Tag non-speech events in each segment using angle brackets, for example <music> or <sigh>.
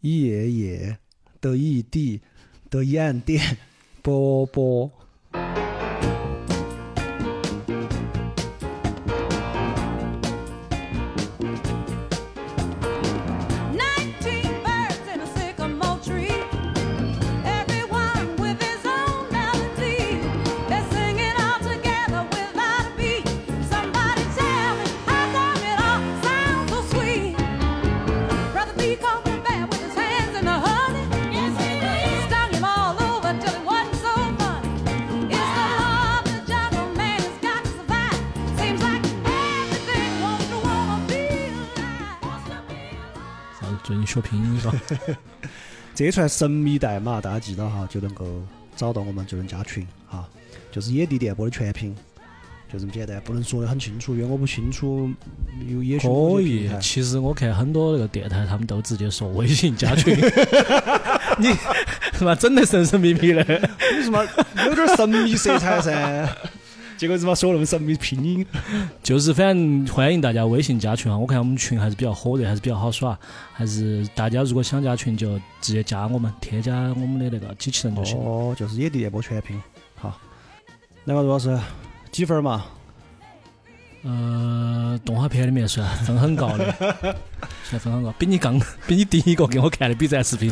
也也的异地的雁店波波。 Nineteen birds in a sycamore tree. Everyone with his own melody. They're singing all together without a beat. Somebody tell me how come it all sounds so sweet? Brother B caught the bear with his hands in the honey. Yes, he did. Stung him all over till it wasn't so funny. It's the law of the jungle, man has got to survive. Seems like everything wants to wanna be alive. Wants to be alive. 啥子 <laughs> 最近学拼音嘎？这串神秘代码大家记到哈，就能够找到我们，就能加群哈。就是野地电波的全拼，就这么简单，不能说得很清楚，因为我不清楚有也许某可些平以台。其实我看很多那个电台，他们都直接说微信加群， <laughs> 你他妈整得神神秘秘的。为什么有点神秘色彩噻？结果怎么说那么神秘拼音？就是反正欢迎大家微信加群啊！我看我们群还是比较火热，还是比较好耍，还是大家如果想加群就直接加我们，添加我们的那个机器人就行。哦，就是野地电波全拼。好，来吧，卢老师，几分嘛？呃，动画片里面算分很高 <laughs> 的，算分很高，比你刚比你第一个给我看的 B 站视频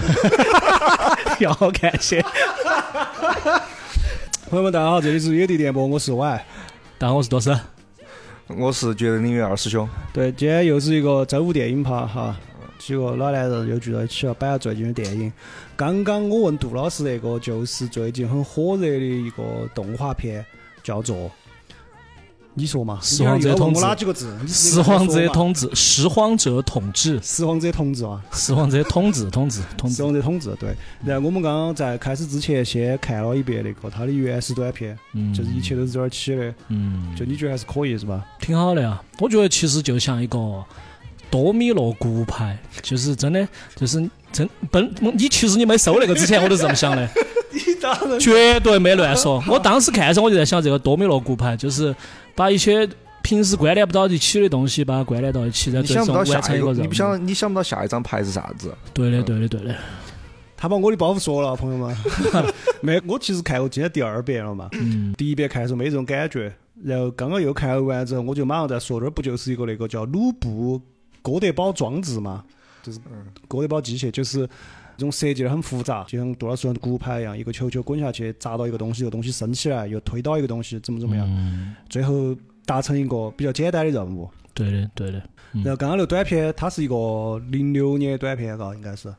要好看些。 <laughs> 朋友们，大家好，这里是野地电波，我是 Y。但我是多 <laughs> 少？我是觉得宁愿二师兄，对，今天又是一个周五电影趴哈，几个老男人又聚到一起了，摆下最近的电影。刚刚我问杜老师那个，就是最近很火热的一个动画片，叫做你说嘛？拾荒者你看又问同我志哪几个字？你直接拾荒跟我者说嘛，统治，拾荒者统治，拾荒者同志嘛，拾荒者统治，统 <laughs> 治，统拾治。荒者统治。对，然后我们刚刚在开始之前先看了一遍那个他的原始短片，嗯，就是一切都是这儿起的，嗯，就你觉得还是可以是吧？挺好的呀。我觉得其实就像一个多米诺骨牌，就是真的，就是真本你其实你没收那个之前，我都是这么 <laughs> 想的，你当然绝对没乱说。我当时看的时候，我就在想这个多米诺骨牌，就是把一些平时关联不到一起的东西，把它关联到一起，然后你最想不终到完下成一一个，任你务不。想嗯你想不到下一张牌是啥子？对的，对的，对的。他把我的包袱说了，朋友们。 <laughs> 没，我其实看过今天第二遍了嘛。嗯第一遍看的时候没这种感觉，然后刚刚又看完之后，我就马上在说，这儿不就是一个那个叫鲁布哥德堡装置嘛，就是嗯哥德堡机械，就是。这种设计的很复杂，就像杜老师说的骨牌一样，一个球球滚下去砸到一个东西，这个东西升起来，又推倒一个东西，怎么怎么样，嗯，最后达成一个比较简单的任务。对的，对的。嗯然后刚刚那个短片，它是一个零六年的短片，嘎，应该是。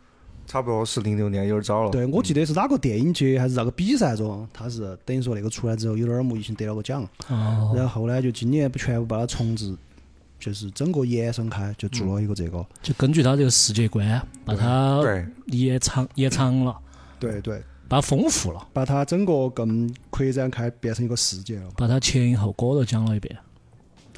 差不多是零六年，有点早了。对，我记得是哪个电影节还是哪个比赛中，他是等于说那个出来之后有点耳目一新，得了个奖。嗯哦，然后后来就今年不全部把它重置，就是整个延伸开，就做了一个这个。就根据他这个世界观，把它对，延长延长了，对对，把它丰富了，把它整个更扩展开，变成一个世界了。把它前因后果都讲了一遍。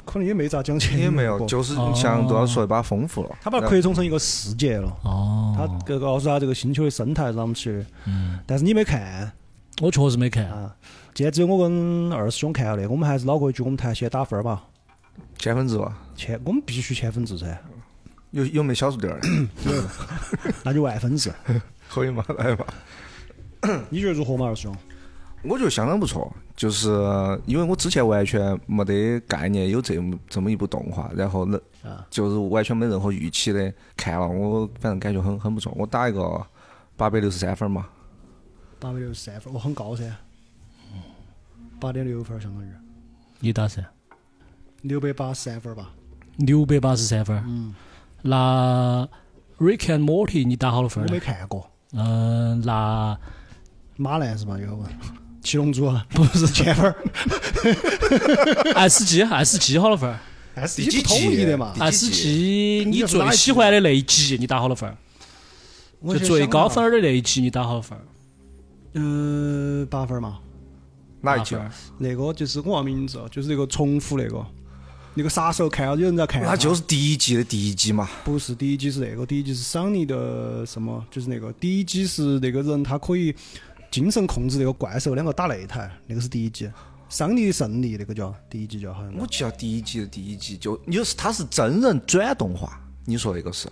可能也没咋讲清楚。也没有，就是哦像杜老师说的，把它丰富了。他把它扩充成一个世界了。他哦，这个告诉他这个星球的生态让我们去，嗯，但是你没看我确实没看，啊。今天只有我跟二师兄看了的，我们还是老规矩，我们谈先打分儿吧。千分制吧，千，我们必须千分制噻，有有没有小数点儿的？那就万分制。可以吗？来吧。你觉得如何嘛，二师兄？我觉得相当不错，就是因为我之前完全没得概念有这么这么一部动画，然后呢，就是完全没任何预期的看了，我反正感觉很很不错，我打一个八百六十三分嘛，八百六十三分，我很高噻，八点六分相当于你打噻，六百八十三分吧。六百八十三分。嗯，那《Rick and Morty》你打好多我分儿没呢？看过，嗯，那马兰是吧？有问七龙珠不是千分，爱斯 <laughs> 基，啊爱斯基好多分儿？但是第你几不统集啊一的嘛？爱斯基，你你是哪最一集啊喜欢的那一集你打好多分儿？我就先最想高啊分，儿的那一集你打好多分儿？呃，八分嘛。哪打一集分？儿？那个就是我忘名字了，哦就是那个重复那个，那个杀手看了有人在看他，那就是第一季的第一集嘛，不是第一集是那个，第一集是桑尼的什么？就是那个第一集是那个人他可以精神控制那个怪兽，两个打擂台，那个是第一集。桑尼的胜利那个叫第一集叫好像叫。我记得第一季的第一集就你就是它是真人转动画，你说那个是？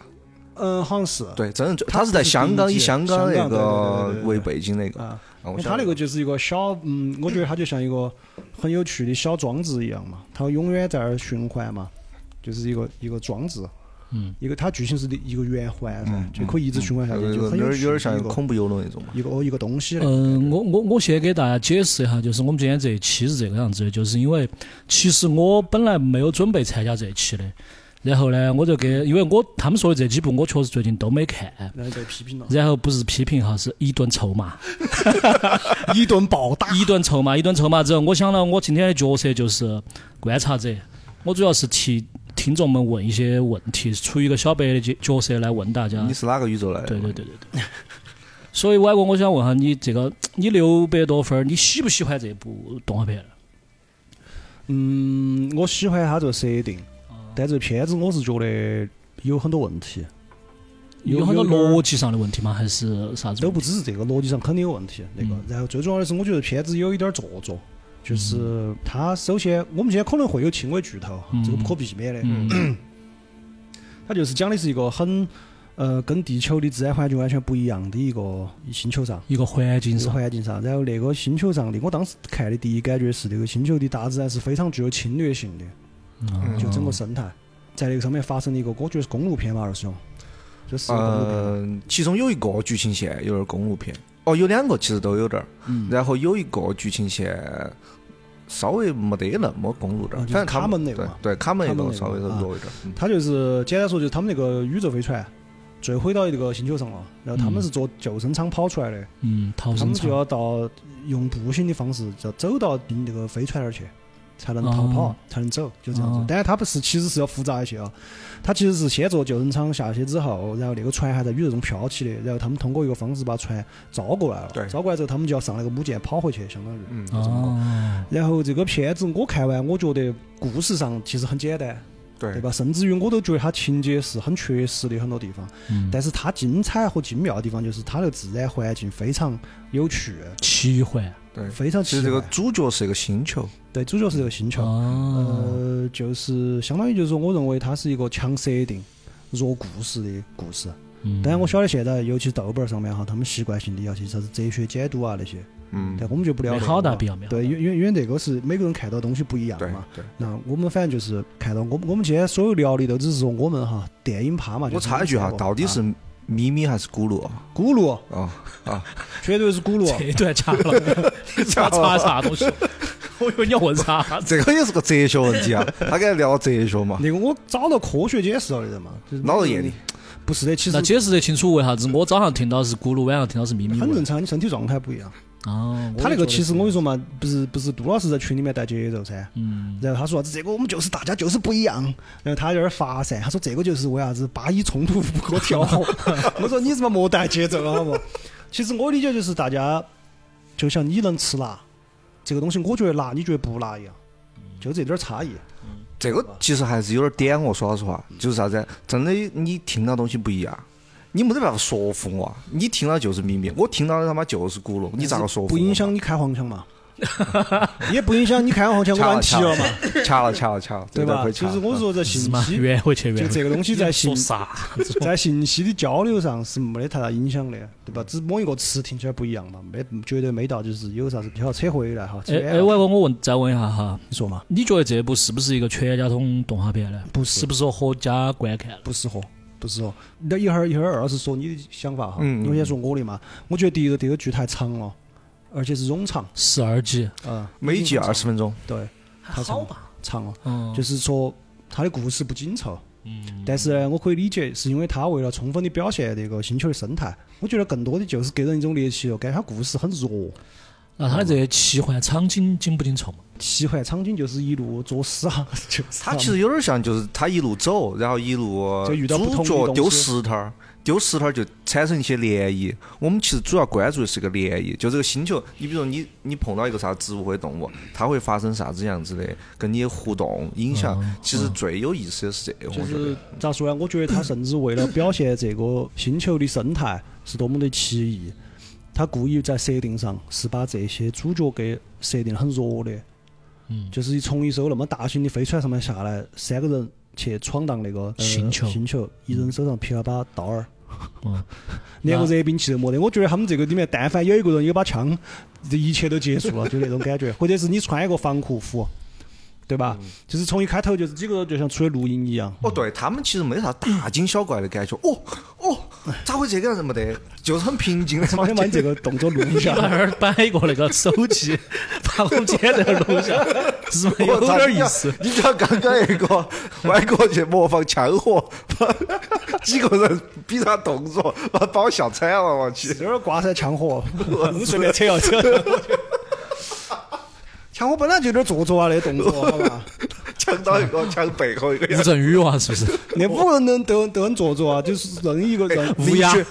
嗯，好像是。对，真人就他他是在不是香港第一以届香港那香港对对个对对对为背景那个，啊，啊因我为晓他得那个就是一个小，嗯，我觉得他就像一个很有趣的小装置一样嘛，它永远在那儿循环嘛，就是一个一个装置，嗯，一个它剧情是一个圆环噻，嗯就可以一直循环下还去，有一就个很有点趣有的点一像个恐怖游轮那种嘛。一个哦一个东 <laughs> 西嘞。嗯、我我我先给大家解释一下，就是我们今天这一期是这个样子的，就是因为其实我本来没有准备参加这一期的，然后呢，我就给，因为我他们说的这几部我确实最近都没看，然后被批评了，然后不是批评哈，是一顿臭骂，一顿暴打。一顿臭骂，一顿臭骂之后，我想了，我今天的角色就是观察者，我主要是替听众们问一些问题，处于一个小白的角角色来问大家。你是哪个宇宙来的？对嗯对对对对。 <laughs> 所以，外国，我想问下你，这个你六百多分儿，你喜不喜欢这部动画片儿？嗯，我喜欢他这个设定，哦但这个片子我是觉得有很多问题，有很多点儿逻辑上的问题吗？还是啥子？都不只是这个逻辑上肯定有问题。那个嗯，然后最重要的是，我觉得片子有一点儿做作，就是它首先我们现在可能会有轻微剧透，嗯这个不可避免的。嗯它就是讲的是一个很呃跟地球的自然环境完全不一样的一个星球上。一个环境一个上，环境上，然后那个星球上的，我当时看的第一感觉是，这个星球的大自然是非常具有侵略性的，嗯就整个生态，在那个上面发生了一个，我觉得是公路片吧，二师兄，就是公路片嘛。嗯，其中有一个剧情线有点儿公路片，哦，有两个其实都有点儿，嗯然后有一个剧情线稍微没得那么公路点啊儿，就是反正他卡门那个对嘛对卡门那卡门那个个稍微啊弱一点儿，嗯他就是简单说，就是他们那个宇宙飞船坠毁到一个星球上了，然后嗯他们是坐救生舱跑出来的，嗯，逃他生们就场，要到用步行的方式，要走到那个飞船那儿去。才能逃跑，哦才能走，就这样子哦。但是它不是，其实是要复杂一些啊。它其实是先坐救生舱下去之后，然后那个船还在宇宙中飘起的，然后他们通过一个方式把船招过来了。对招过来之后，他们就要上那个母舰跑回去，相当于。嗯，就这么个哦，然后这个片子我看完，我觉得故事上其实很简单，对对吧？甚至于我都觉得它情节是很缺失的很多地方，嗯但是它精彩和精妙的地方就是它的自然环境非常有趣，奇幻，对。非常其奇实这个怪主角是一个星球，对，主角是这个星球，哦，呃，就是相当于就是说，我认为它是一个强设定、弱故事的故事。嗯但我晓得现在，尤其豆瓣儿上面哈，他们习惯性的要去啥子哲学解读啊那些，嗯，但我们就不聊没这个好大啊了必要，没好大对，因为因为因为那个是每个人看到的东西不一样对嘛。对。那我们反正就是看到我们我们今天所有聊的都只是说我们哈电影趴啊嘛。就我是插一句哈们，到底啊是咪咪还是咕噜啊？咕噜，哦啊， <laughs> 绝对是咕噜。 <laughs> 这段掐 <laughs> 了，查查啥东西？我以为你要问啥子？这个也是个哲学问题啊。他刚才聊哲学嘛，那个我找到科学解释了的人嘛，就是脑子眼里不是的，其实那解释得清楚为啥子？我早上听到是咕噜，晚上听到是咪咪很味正。常，你身体状态不一样。哦，我他那也觉个得其实是我跟你说嘛，不是不是杜老师在群里面带节奏噻，嗯，然后他说啥子这个我们就是大家就是不一样，然后他有点发散，他说这个就是为啥子巴以冲突不可 <laughs> 调和。我说你怎么没带节奏了好不？其实我理解就是大家，就像你能吃辣，这个东西我觉得辣，你觉得不辣一样，就这点儿差异。这个其实还是有点点我，说老实话，就是啥子？真的，你听到东西不一样，你没得办法说服我啊。你听到就是咪咪，我听到的他妈就是咕噜，你咋个说服我？不影响你开黄腔嘛， <laughs> 也不影响你开完黄腔我掐把你踢了掐了嘛，嘛，掐了掐了掐了， <laughs> 对这段吧？可以其掐啊实我了说在是信吗？息，圆回去，圆就回去这个东西在说信啥子？ <laughs> 在信息的交流上是没得太大影响的，对嗯吧？只某一个词听起来不一样嘛，没绝对没到就是有啥子比较扯回来哈。扯哎远哎，了外国，我问再问一下哈，你说嘛，你觉得这部是不是一个全家桶动画片呢？不是是不是合家观看了？不适合，不适合。那一会儿一会儿二是说你的想法哈，嗯嗯我先说我的嘛。我觉得第一个这个剧太长了，而且是冗长，十二集，啊，每集二十分钟，对，还好吧？长了，嗯，就是说它的故事不紧凑。嗯但是呢，我可以理解，是因为它为了充分的表现这个星球的生态，我觉得更多的就是给人一种猎奇哦了，感觉它故事很弱。那他的这些奇幻场景紧不紧凑嘛？奇幻场景就是一路作死啊， <laughs> 就是他其实有点像，就是他一路走，然后一路就遇到不同主的东角西丢石头儿，丢石头儿就产生一些涟漪。我们其实主要关注的是个涟漪，就这个星球。你比如说你你碰到一个啥植物或者动物，它会发生啥子样子的，跟你互动影响。其实最有意思的是这嗯个，就我觉是得。咋说呢？我觉得他甚至为了表现这个星球的生态是多么的奇异，他故意在设定上是把这些主角给设定得很弱的。嗯就是从一艘那么大型的飞船上面下来，三个人去闯荡那个呃星球星球，一人手上披了把刀儿 <laughs> 嗯，连个热兵器都没得。我觉得他们这个里面，但凡有一个人有把枪，这一切都结束了，就那种感觉。或者是你穿一个防护服，对吧？嗯就是从一开头就是几个人就像出去露营一样，哦，对他们其实没啥大惊小怪的感觉，哦哦，咋会这个样子没得？就是很 <laughs> 平静的好嘛想，把你这个动作录一你下在。那儿摆一个那个手 <laughs> 机，把我们今天这个录下， <laughs> 是不是有我操点意思？。你知道刚刚那个 <laughs> 外国去模仿枪火，把 <laughs> 几个人比他动作，把把我笑惨了，我去！这儿刮噻枪 <laughs> 火，我随便扯要扯。枪火本来就有点做作啊，那动作，好吧？枪到一 <laughs> 个，枪背后一个吴，镇宇哇，是不是？那五个人都都都很做作啊，就是任一个人乌鸦任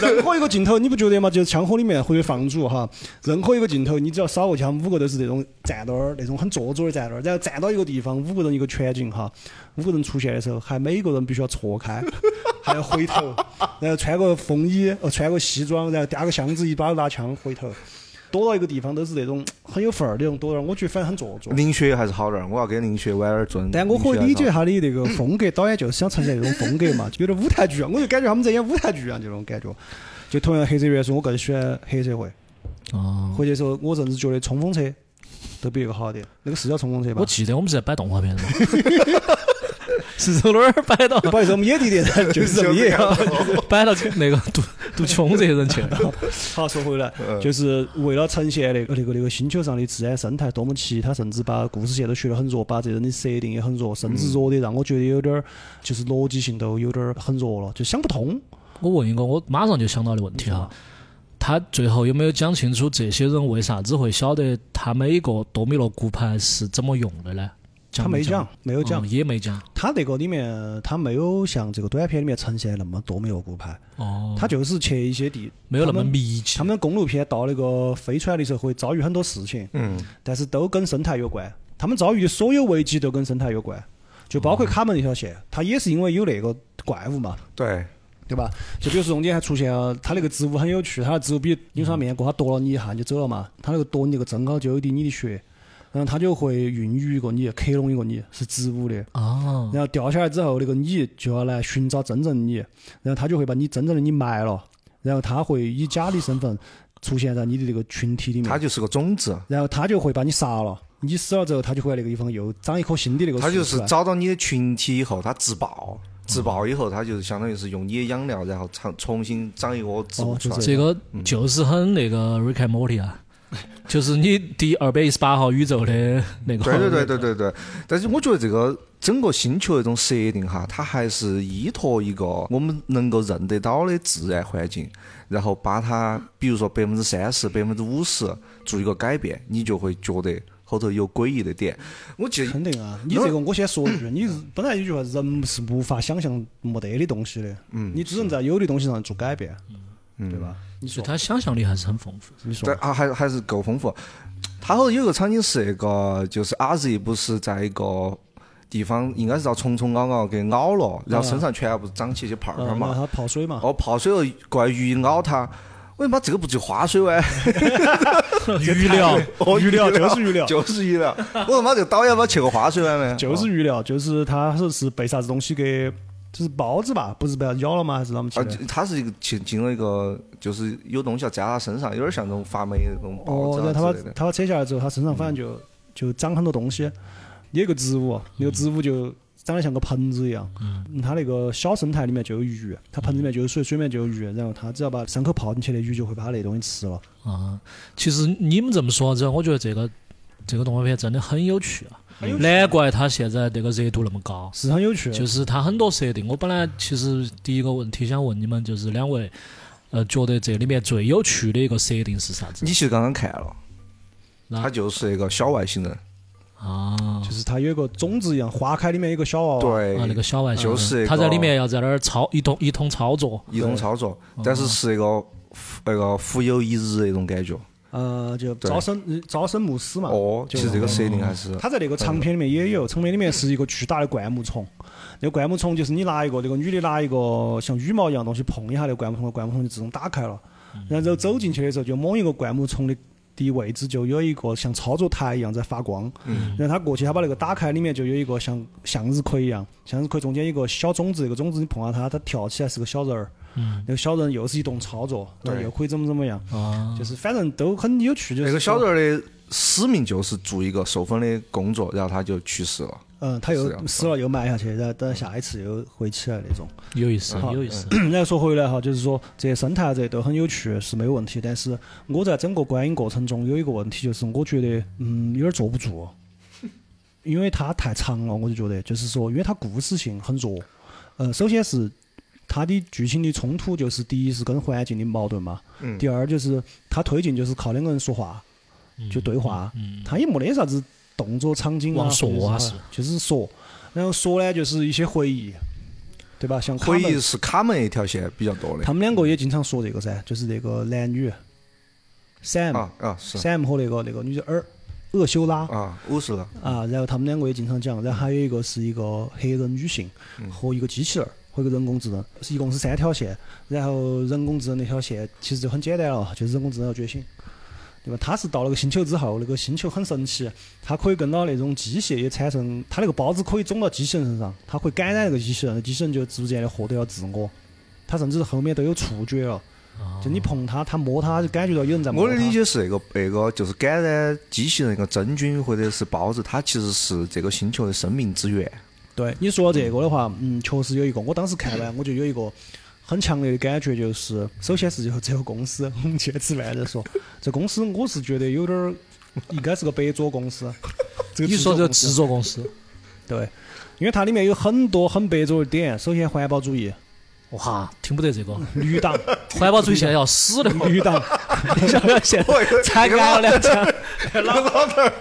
任何一个镜头，你不觉得吗？就是枪火里面或者放逐哈，任何一个镜头，你只要扫过去，他们五个都是那种站到那儿，那种很做作的站到那儿，然后站到一个地方，五个人一个全景哈，五个人出现的时候，还每一个人必须要错开，还要回头，然后穿个风衣，呃，穿个西装，然后掂个箱子，一把拿枪回头。躲到一个地方都是那种很有范儿的那种躲到那儿，我觉得反正很做作。林雪还是好点儿，我要给林雪崴点儿尊。但我可以理解林雪还是好，他的那个风格，导演就是想呈现那种风格嘛，就有点舞台剧啊，我就感觉他们在演舞台剧啊，这种感觉。就同样黑社会来说，我更喜欢黑社会，哦，或者说，我甚至觉得冲锋车都比那个好点。那个是叫冲锋车吧我？记得我们是在摆动 <laughs> 画片的嘛，是从哪儿摆到不好意思，我们野地电台 <laughs> 就是这么野。啊摆到那个杜杜琼这些人去了？好，说回来，就是为了呈现那个那个那个星球上的自然生态多么奇，他甚至把故事线都学得很弱，把这人的设定也很弱，甚至弱的让我觉得有点儿就是逻辑性都有点儿很弱了，就想不通。我问一个，我马上就想到的问题哈，他最后有没有讲清楚这些人为啥子会晓得他每一个多米诺骨牌是怎么用的呢？他没讲，，没有讲嗯，也没讲。他那个里面，他没有像这个短片里面呈现那么多没有骨牌，哦，他就是去一些地，没有那他么们密集。他们公路片到那个飞船的时候会遭遇很多事情，嗯，但是都跟生态有关。他们遭遇的所有危机都跟生态有关，就包括卡门那条线，它也是因为有那个怪物嘛，对，对吧？就比如说中间还出现了，它那个植物很有趣，它的植物比你上面过，它夺了你一下你就走了嘛，它那个夺你那个针高就有滴你的血，然后它就会孕育一个你，克隆一个你，是植物的。哦，然后掉下来之后，那个你就要来寻找真正你，然后他就会把你真正的你埋了，然后他会以假的身份出现在你的这个群体里他面，就是个种子，然后他就会把你杀了。你死了之后，他就会在那个地方又长一棵新的那个嗯他树就是出来找到你的群体以后，他自爆，自爆以后，他就是相当于是用你的养料，然后长重新长一个植物哦出就来。这这个就是很那个 Rick and Morty <laughs> 啊，就是你第二百一十八号宇宙的那个。 <laughs> 对对对对对对，但是我觉得这个整个星球的这种设定哈，它还是依托一个我们能够认得到的自然环境，然后把它，比如说百分之三十、百分之五十做一个改变，你就会觉得后头有诡异的点。我记得肯定啊！你这个我先说一句，你本来有句话，人是无法想象没得的东西的，嗯，你只能在有的东西上做改变，嗯，对吧？你说所以，他想象力还是很丰富。你说对，啊，还还是够丰富。它后头有一个场景是那个，就是阿 Z 不是在一个地方，应该是遭虫虫咬咬给咬了，然后身上全部长起一些泡嗯泡嘛那。他泡水嘛， <laughs> 哦，泡水后怪鱼咬它，我他妈这个不就花水湾？鱼疗，哦鱼 <laughs> 疗就是鱼疗，就是鱼疗。我他妈这个导演把去过花水湾哦没？就是鱼疗，就是他是是被啥子东西给，就是包子吧，不是被它咬了吗？还是他们啊吃，的？就它是一个进进了一个，就是有东西要粘它身上，有点像那种发霉那种包哦，子然后他啊之类把的。嗯他把扯下来之后，他身上反正就就长很多东西，有一个植物，那个植物就长得像个盆子一样。嗯，它那个小生态里面就有鱼，它盆子里面就有水，嗯水里面就有鱼，然后它只要把伤口泡进去，那鱼就会把那东西吃了。嗯啊，其实你们这么说之后，我觉得这个这个动画片真的很有趣啊，难怪它现在这个热度那么高。是啊很有趣，就是它很多设定，我本来其实第一个问题想问你们，就是两位，呃，觉得这里面最有趣的一个设定是啥子你？其实刚刚看了，啊那它就是一个小外星人，啊，就是它有一个种子一样，花开里面有一哦个小娃娃，对啊，那个小外星人，哎就是一个他在里面要在那儿操一通一通操作，移动操作，哦但是是一个浮那个浮游一日的那种感觉。呃，就对朝生朝生暮死嘛。哦，其就实这个设定还是它在那个长片里面也有，长片里面是一个巨大的灌木丛，那个灌木丛就是你拿一个那个女的拿一个像羽毛一样的嗯东西碰一下那个灌木丛，那个灌木丛就自动打开了，然后走进去的时候就某一个灌木丛的的位置就有一个像操作台一样在发光，嗯然后他过去，他把那个打开，里面就有一个像向日葵一样，向日葵中间有个小种子，这个种子你碰到它，它跳起来是个小人儿，嗯那个小人又是一栋操作，然后对又可以怎么怎么样，啊就是反正都很有趣。就是那个小人儿的使命就是做一个授粉的工作，然后他就去世了。嗯，他是这又样啊死了又埋下去，然后等下一次又回起来那种。有意思，好有意思。然后说回来哈，就是说这些生态这些都很有趣是没有问题，但是我在整个观影过程中有一个问题，就是我觉得嗯有点坐不住，因为它太长了，我就觉得就是说，因为它故事性很弱。呃，首先是它的剧情的冲突，就是第一是跟环境的矛盾嘛，嗯第二就是它推进就是靠两个人说话就对话，嗯，它也没得啥子动作场景啊，往说或者啊是就是说，然后说呢就是一些回忆，对吧？像回卡门忆是卡门一条线比较多的他们两个也经常说这个噻，就是那个男女，Sam、啊啊是 Sam 和那个那个女的尔厄修拉啊，五十了，啊，然后他们两个也经常讲，然嗯后还有一个是一个黑人女性和一个机器人儿和一个人工智能，是一共是三条线，然后人工智能那条线其实就很简单了，就是人工智能要觉醒。对吧？它是到那个星球之后，那个星球很神奇，它可以跟到那种机械也产生，它那个孢子可以种到机器人身上，它会感染那个机器人，机器人就逐渐的获得了自我，它甚至后面都有触觉了，就你碰它，它摸它就感觉到有人在摸哦我它。的理解是那个那个就是感染机器人一个真菌或者是孢子，它其实是这个星球的生命之源。对你说到这个的话，嗯，确实有一个，我当时看完我就有一个很强烈的感觉，就是首先是就这个公司， <laughs> 我们今天吃饭再说，这公司我是觉得有点儿，应该是个白左公 <laughs> 司。这个你制作说这公司制作公司，对，因为它里面有很多很白左的点，首先环保主义、哇，听不得这个绿 <laughs> 党、环保主义现在要死了，绿 <laughs> 党，你晓不晓 <laughs> 得现在才搞两家，老头儿，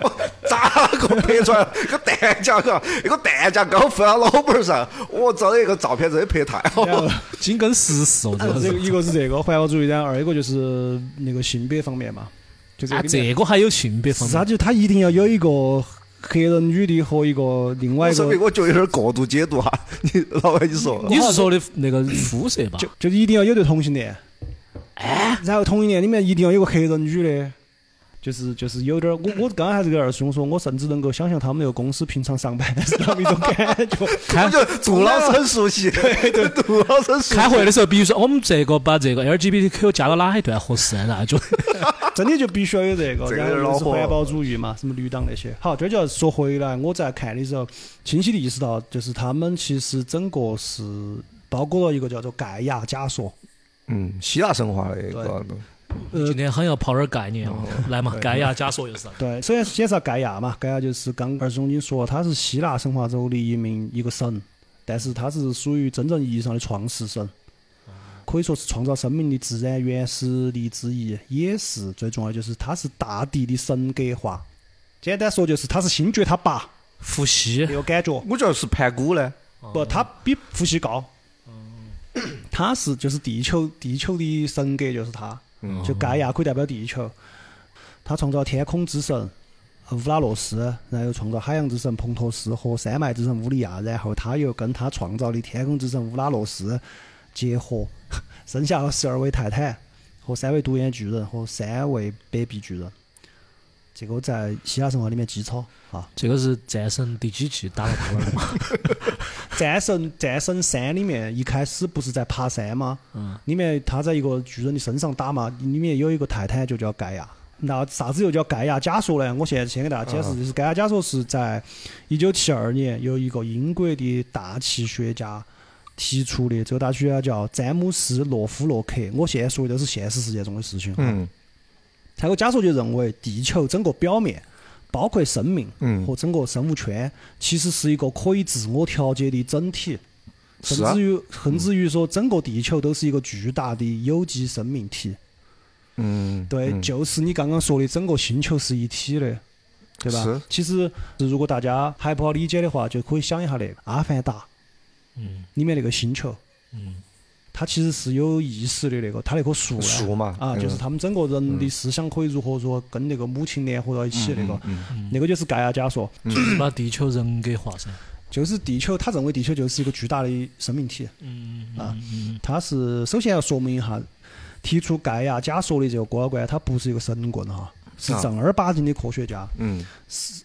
我咋个拍出来？一个蛋价格，一个蛋价高分到脑门儿上。我真的一个照片真的拍太好然了。后紧跟时事，我真的这个是。一个是这个环保主义，然后二一个就是那个性别方面嘛，就这啊，个里面这个还有性别方是啊，面，就他一定要有一个黑人女的和一个另外我一说明个，我就有点过度解读哈。你老板，你说你是说的那个肤色吧就？就一定要有对同性恋。然后同性恋里面一定要有个黑人女的，就是就是有点儿，我我刚才还是跟二师兄说，我甚至能够想象他们那个公司平常上班是那么一种感 <laughs> 觉。我就杜老师很熟悉，对，杜老师很熟悉开会的时候必须说，我们这个把这个 LGBTQ 加到哪一段合适啊？大家觉得真的就必须要有这个，这个然后有又点是恼火环保主义嘛，什么绿党那些。好，这就要说回来，我在看的时候，啊清晰的意识到，就是他们其实整个是包裹了一个叫做盖亚假说。嗯，希腊神话的一对个，今天很要抛点概念呃哦，来嘛，盖亚假说又是啥？对，首先介绍盖亚嘛，盖亚就是刚二师兄已经说了，他是希腊神话中的一名一个神，但是他是属于真正意义上的创世神，可以说是创造生命的自然原始力之一，也是最重要的就是他是大地的神格化。简单说就是他是星爵他爸伏羲那，个感觉，我觉得是盘古呢。不，他比伏羲高。他是就是地球地球的神格就是他，嗯就盖亚可以代表地球，他创造天空之神呃乌拉诺斯，然后创造海洋之神彭托斯和山脉之神乌利亚，然后他又跟他创造的天空之神乌拉诺斯结合， <laughs> 生下了十二位泰坦和三位独眼巨人和三位北臂巨人。这个在希腊神话里面基础啊，这个是战神第几季打到他那儿嘛？ 《战神》《战神三》里面一开始不是在爬山吗？嗯，里面他在一个巨人的身上打嘛，里面有一个泰坦就叫盖亚。那啥子又叫盖亚假说呢？我现在先给大家解释，就是盖亚假说是在一九七二年由一个英国的大气学家提出的，这个大气学家叫詹姆斯·洛夫洛克。我现在说的都是现实世界中的事情。嗯他个假说就认为，地球整个表面，包括生命嗯和整个生物圈，其实是一个可以自我调节的整体。是甚啊至于，甚至于说，整个地球都是一个巨大的有机生命体。嗯，对，就是你刚刚说的，整个星球是一体的，对吧是？其实，如果大家还不好理解的话，就可以想一下那个《阿凡达》嗯里面那个星球，嗯，它其实是有意识的那个，它那棵树呢树嘛啊，嗯就是他们整个人的思想可以如何说跟那个母亲联合到一起嗯那个，那个就是盖亚假说，就是把地球人格化噻。就是地球，他认为地球就是一个巨大的生命体，嗯啊，它是首先要说明一下，提出盖亚假说的这个郭老倌，他不是一个神棍哈，是啊正儿八经的科学家，嗯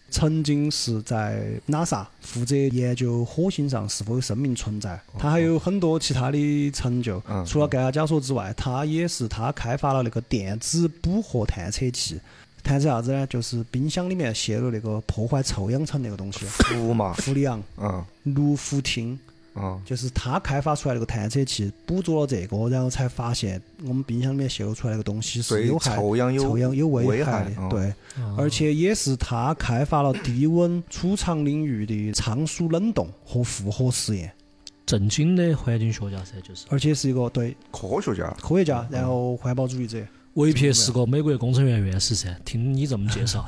曾经是在 NASA 负责研究火星上是否有生命存在。他还有很多其他的成就哦嗯，除了盖亚假说之外，他也是他开发了那个电子捕获探测器。探测啥子呢？就是冰箱里面泄露那个破坏臭氧层那个东 <laughs> 西，氟嗯嘛，氟利昂、嗯氯氟烃。嗯就是他开发出来那个探测器，捕捉了这个，然后才发现我们冰箱里面泄露出来那个东西是对有害、臭氧有臭氧有危害害的，哦对，而且也是他开发了低温储藏领域的仓鼠冷冻和复合实验，正经的环境学家噻，就是而且是一个对科学家，科学家，然后环保主义者，维皮是个美国工程院院士噻。听你这么介 <laughs> 绍，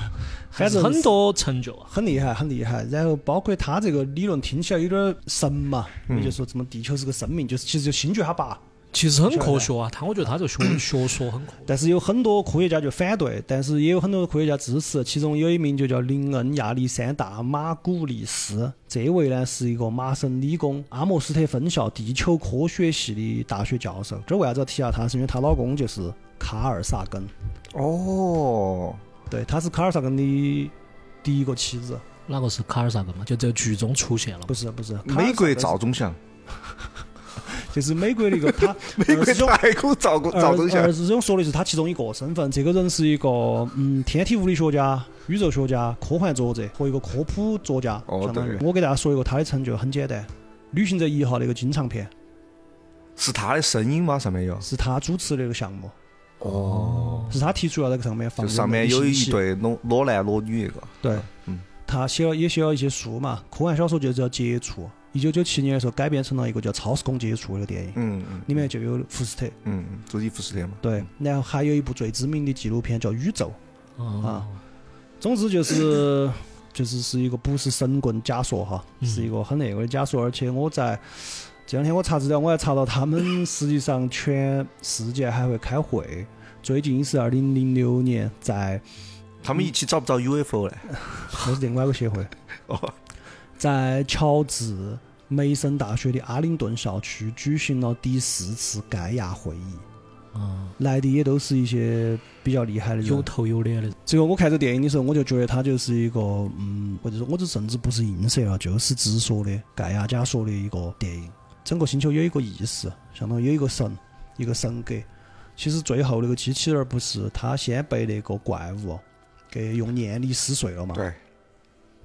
还是反正很多成就啊。很厉害，很厉害。然后包括他这个理论听起来有点神嘛，嗯也就是说，怎么地球是个生命，就是其实就星爵他爸，其实很科学啊，他我觉得他这个学 <coughs> 学说很科学。但是有很多科学家就反对，但是也有很多科学家支持。其中有一名就叫林恩·亚历山大·马古利斯，这位呢是一个麻省理工阿姆斯特分校地球科学系的大学教授。这儿为啥子要提下他？是因为她老公就是卡尔·萨根，哦，对，他是卡尔·萨根的第一个妻子，哪个是卡尔萨根嘛？就在剧中出现了不。是不是，卡尔美国萨根赵忠祥，就是美国的一个 <laughs> 他呃美国二师兄太空赵公赵忠而祥呃而，是这种说的是他其中一个身份，这个人是一个嗯天体物理学家、宇宙学家、科幻作者和一个科普作家，哦相当于对我给大家说一个他的成就，很简单，《旅行者一号》那个金唱片是他的声音吗？上面有，是他主持的那个项目，哦，是他提出要在上面放就人上面类有信一息对裸裸男裸女一个，对，嗯他写了也写了一些书嘛，科幻小说就是要接触。一九九七年的时候改编成了一个叫《超时空接触》的电影，嗯嗯里面就有福斯特，嗯，嗯朱迪福斯特嘛，对，然后还有一部最知名的纪录片叫《宇宙》。啊啊，总之就是 <coughs> 就是是一个不是神棍假说哈，嗯是一个很那个的假说，而且我在这两天我查资料，我还查到他 <coughs> 们实际上全世界还会开会，最近是二零零六年 <laughs> 在他们一起找不到 UFO <laughs> 嘞，那是另外一个协会，哦，在乔治梅森大学的阿灵顿校区举行了第四次盖亚会议，嗯，来的也都是一些比较厉害的人有。头有脸的。这个我看这电影的时候，我就觉得它就是一个，嗯，或者说，我这甚至不是映射了，啊就是直说的盖亚假说的一个电影。整个星球有一个意识，相当于有一个神，一个神格。其实最后那个机器人儿不是他先被那个怪物给用念力撕碎了嘛？对，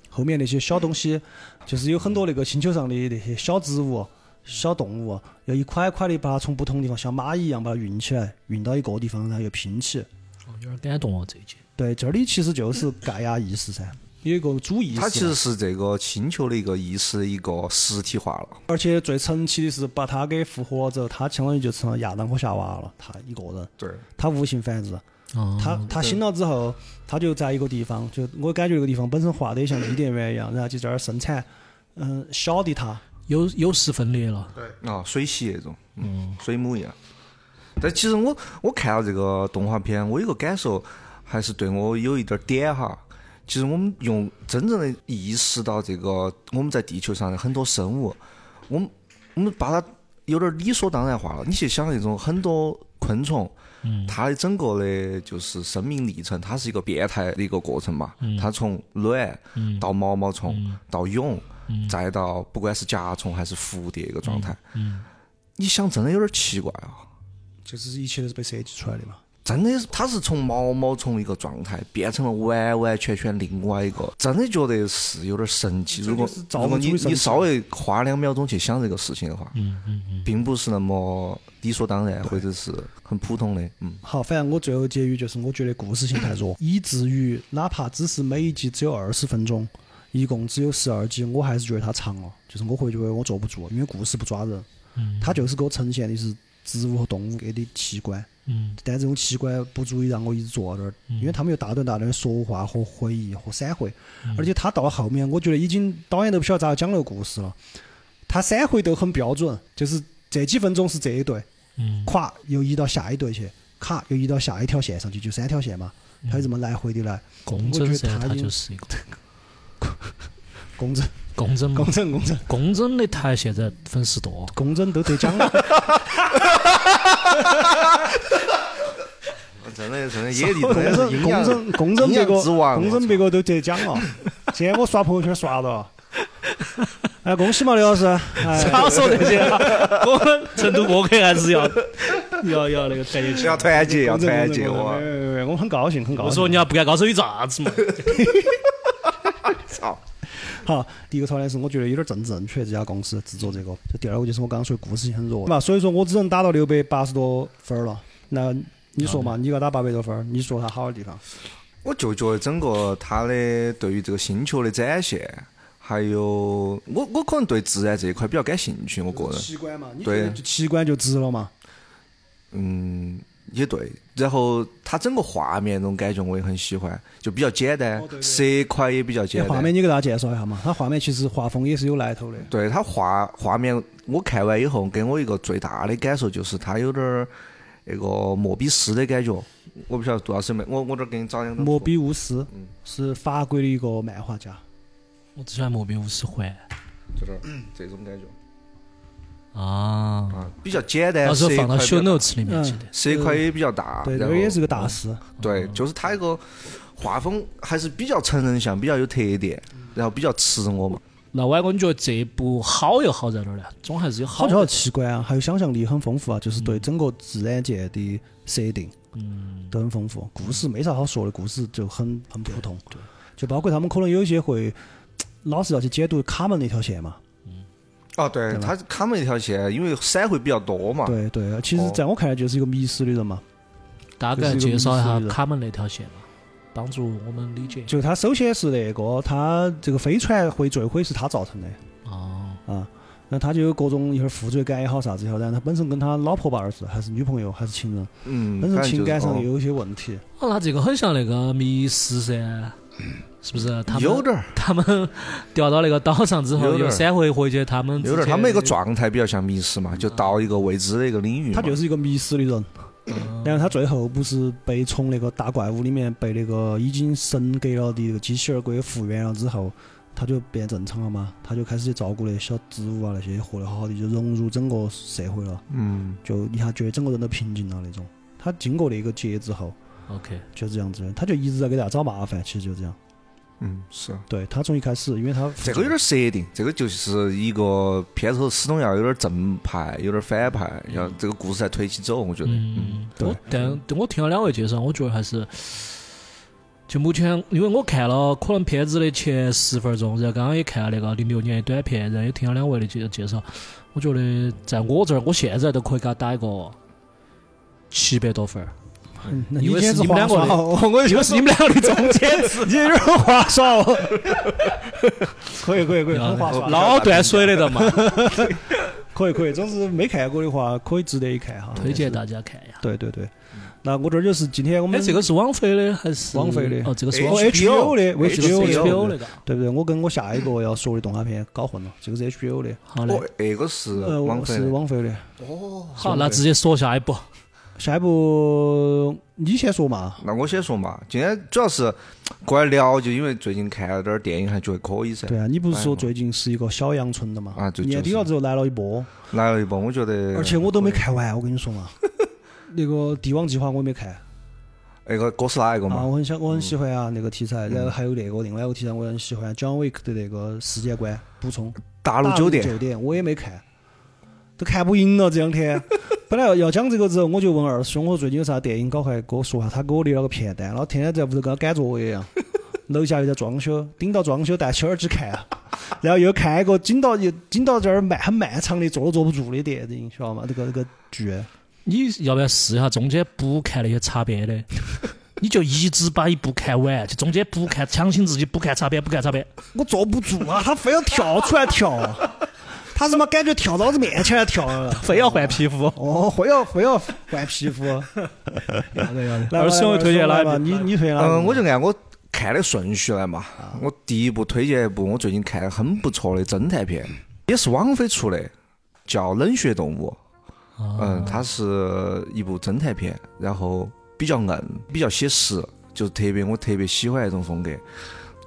后面那些小东西，就是有很多那个星球上的那些小植物、小动物，要一块一块的把它从不同地方像蚂蚁一样把它运起来，运到一个地方，然后又拼起。哦有点感动哦，这一集。对，这里其实就是盖亚意识噻，有一个主意识嘛。它其实是这个星球的一个意识的一个实体化了，而且最神奇的是，把他给复活了之后，他相当于就成了亚当和夏娃了，他一个人，对，他无性繁殖。哦他他醒了之后，他就在一个地方，就我感觉那个地方本身画得像伊甸园一样，然后就在那儿生产，嗯，小的他。有有时分裂了。啊，水洗那种，嗯，水母一样。但其实我我看到这个动画片，我有个感受，还是对我有一点点哈。其实我们用真正的意识到这个我们在地球上的很多生物，我们我们把它有点理所当然化了。你去想那种很多昆虫，嗯它的整个的就是生命历程，它是一个变态的一个过程嘛。嗯它从卵嗯到毛毛虫，嗯到蛹，嗯再到不管是甲虫还是蝴蝶一个状态。嗯，你想，真的有点奇怪啊！就是一切都是被设计出来的嘛。真的是，它是从毛毛虫一个状态变成了完完全全另外一个，真的觉得是有点神奇。如果这就是造如果你物主的神奇你稍微花两秒钟去想这个事情的话，嗯嗯嗯，并不是那么理所当然或者是很普通的。 <laughs> 嗯，好，反正我最后结语就是，我觉得故事性太弱，以至于哪怕只是每一集只有二十分钟，一共只有十二集，我还是觉得它长了。就是我会觉得我坐不住，因为故事不抓人，嗯它就是给我呈现的是植物和动物给的奇观，嗯但这种奇观不足以让我一直坐在那儿，因为他们有大段大段的说话和回忆和闪回，嗯而且他到了后面，我觉得已经导演都不晓得咋讲那个故事了，他闪回都很标准，就是这几分钟是这一对，嗯咵又移到下一队去，咔又移到下一条线上去，就三条线嘛，嗯它就这么来回的来，共我振觉噻，得他它已经就是一个公正共 <laughs> 嗯振嘛公。正 <laughs> 公正共振的台啊 <laughs> 现在粉丝多，公正都得奖了，的呃真的野地公真的认是营公养认公认营别养个之王，啊公认别个都得奖了。今天我刷朋友圈刷到，哎，恭喜嘛，刘老师， <laughs> <laughs> 哎，少说这些了，我们成都播客还是 <laughs> 要要要那个团结起我要来。团结，要公认团结公认我公。认哎哎哎我很高兴，很高我兴。说人家不敢高手有啥 <laughs> 子嘛？操！好，第一个槽点是我觉得有点政治正确，这家公司制作这个。这第二个就是我刚刚说的故事性很弱嘛，所以说我只能打到六百八十多分儿了。那你说啊嘛，你给他打八百多分儿，你说他好的地方？我就觉得整个他的对于这个星球的展现，还有我我可能对自然这一块比较感兴趣，我个人奇观嘛，你对啊觉得就奇观就值了嘛？嗯也对。然后他整个画面那种感觉我也很喜欢，就比较简单哦对，对色块也比较这简画单。面你给大家介绍一下嘛，它画面其实画风也是有来头的。对他画画面，我看完以后给我一个最大的感受就是他有点儿那个莫比斯的感觉。我不晓得杜老师有没有，我我这儿给你找两张莫图比乌斯嗯是法国的一个漫画家，我只喜欢莫比乌斯环就这儿这种感觉啊，啊，比较简单。到时候放到 show 色块比较大 notes 里面嗯记得。色块也比较大，对，啊然这后嗯也是个大师。对，就是他一个画风还是比较成人向，比较有特点，然后比较吃我嘛。那歪哥，你觉得这一部好又好在哪儿呢？总还是有好好巧的的。奇观啊，还有想象力很丰富啊，就是嗯对整个自然界的设定，嗯，都很丰富。故事没啥好说的，故事就很很普通，就包括他们可能有一些会老是要去解读卡门那条线嘛，哦，对，他卡门一条线，因为闪会比较多嘛。对对，啊其实哦在我看来就是一个迷失的人嘛，大概介绍一下卡门那条线嘛，帮助我们理解。就他首先是那个他这个飞船会坠毁是他造成的，哦，啊，那他就有各种一会儿负罪感也好啥子也好，但他本身跟他老婆吧，儿子还是女朋友还是情人，嗯，本身反正情就是感上哦也有一些问题。哦，那这个很像那个迷失噻，是不是？他嗯有们点儿，他们 <laughs> 掉到那个岛上之有后，点儿又闪回回去他们之有点儿，前他们一个状态比较像迷失嘛，就到一个未知的一个领域嘛。他就是一个迷失的人，嗯然后他最后不是被从那个大怪物里面被那个已经神格了的那个机器人给复原了之后，他就变正常了嘛，他就开始去照顾那些小植物啊那些，活得好好的，就融入整个社会了，嗯，就一下觉得整个人都平静了那种。他经过那个劫之后， OK，就是这样子的，他就一直在给大家找麻烦，其实就这样。嗯，是。对他从一开始，因为他这个有点设定，这个就是一个片头始终要有点正派，有点反派，要这个故事才推起走。我觉得，嗯，嗯，对我但但我听了两位介绍，我觉得还是。就目前，因为我看了可能片子的前十分钟，然后刚刚也看了那个零六年的短片，然后也听了两位的介介绍，我觉得在我这儿，我现在都可以给他打一个七百多分儿。嗯那以今为天是是你们花两个耍的哦，我这个是你们两个的中间值。你有点花耍哦。 <laughs> 可以可以可以，很划算，老断水的了嘛，可以可以。总之没看过的话，可以值得一看哈。 <laughs> 推荐大家看一下。对对对，那我这儿就是今天我哎，们这个是网飞的还是网飞的哦，这个是网哦飞 HBO 的这个是 HBO 的 HBO 那个。对不对？我跟我下一个要说的动画片搞混了，这个是 HBO 的，好嘞哦，，那个是呃，王我菲是的，王菲的。好，那直接说下一步。下一部你先说嘛，那我先说嘛，今天主要是过来聊，就因为最近看了点儿电影，还觉得可以噻。对啊，你不是说最近是一个小阳春的嘛啊？就年底就是啊了之后来了一波，来了一部，我觉得，而且我都没看完，我跟你说 <laughs> 嘛，那个《帝王计划》我也没看。那个哎哥斯拉那个啊，嘛，嗯我很想，我很喜欢啊那个题材，然后还有那个另外一个题材我很喜欢，John Wick 的那个世界观补充。大大陆酒店，酒店我也没看，都看不赢了这两 <laughs> 天。本来要讲这个之后，我就问二师兄，我说最近有啥电影，搞快给我说下。他给我留了个片单，然后天天在屋头跟他赶作业一 <laughs> 样。楼下又在装修，顶到装修戴起耳机看 <laughs> 啊，然后又看一个紧到又紧到这儿漫很漫长的坐都坐不住的电影，晓得吗？这个这个剧。你要不要试一下中间不看那些擦边的？ <laughs> 你就一直把一部看完，就中间不看，强行自己不看擦边，不看擦边。我坐不住啊，他非要跳出来 <laughs> 跳，他他妈感觉跳到老子面前来跳了，非要换皮肤，哦，非要非要换皮肤。要得要得，二师兄推荐哪一部吧，你你推荐哪一部？嗯，我就按我看的顺序来嘛。我第一部推荐一部我最近看的很不错的侦探片，也是网飞出的，叫《冷血动物》。嗯，它是一部侦探片，然后比较硬，比较写实，就是特别我特别喜欢那种风格。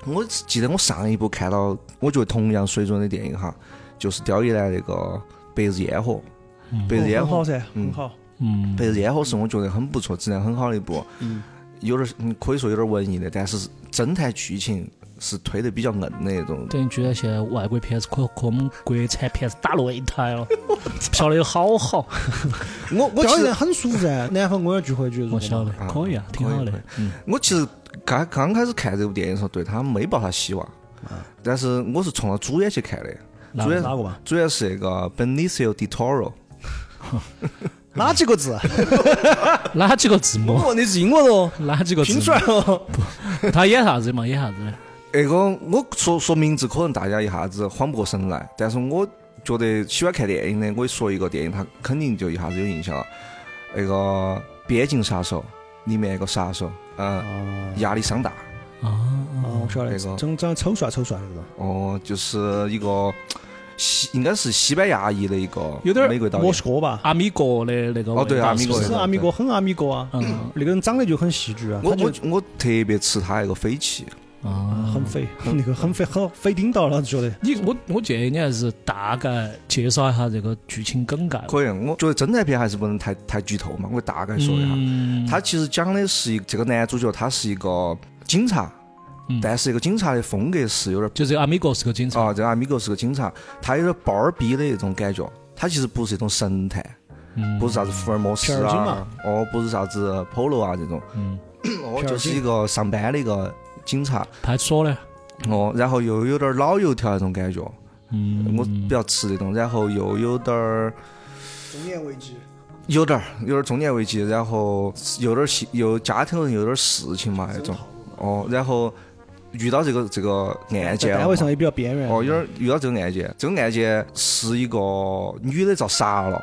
我记得我上一部看到，我觉得同样水准的电影哈，就是刁亦男那个《白日焰火》。嗯白日很焰好火，噻，嗯很好。嗯，被烟火是我觉得很不错，质量很好的一部，嗯，有点嗯可以说有点文艺的，但是侦探剧情是推得比较硬的那种。等于居然现在外国片子可以和我们国产片子打擂台了，飘的好好，我我其当实然很舒服噻，南方公园聚会局我晓得，可以啊，挺好的可以，嗯，我其实刚刚开始看这部电影的时候，对他没抱啥希望，但是我是冲着主演去看的，那主演啊哪个吧？主要是那个 Benicio del Toro。哪几个字？哪几个字母？哦，你是英文哦，哪几个字拼母出？来哦。他演啥子嘛？演啥子的？那个我说说名字，可能大家一下子缓不过神来，但是我觉得喜欢看电影的，我一说一个电影，他肯定就一下子有印象了。那个《边境杀手》里面那个杀手，嗯、亚历山大，啊，哦，我晓得那，个长长丑帅丑帅那个。哦，就是一个西，应该是西班牙裔的一个有点美国儿导墨演西，哥吧？阿米哥的那个哦对味道阿米是不哥是是阿米哥，很阿米哥啊。嗯那个人长得就很戏剧啊，我他就我我特别吃他那个匪气，啊，很肥，那个很肥，很肥顶到了，觉得。你我我建议你还是大概介绍一下这个剧情梗概吧。可以，我觉得侦探片还是不能太太剧透嘛，我大概说一下。嗯他其实讲的是一这个男主角，他是一个警察，嗯但是一个警察的风格是有点就是阿米哥是个警察，啊，这个阿米哥是个警察，他有点包儿逼的那种感觉。他其实不是一种神探，嗯不是啥子福尔摩斯片儿警啊嘛，哦，不是啥子 Polo 啊这种，嗯，哦，片儿就是警一个上班的一个警察，派出所的，哦，然后又有点老油条那种感觉，嗯，我比较吃这种，然后又有点儿。中年危机。有点儿，有点儿中年危机，然后有点儿戏，有家头人有点儿事情嘛那种。哦，然后遇到这个这个案在件了单位上嘛也比较边缘。哦，有点儿遇到这个案件，这个案件是一个女的遭杀了，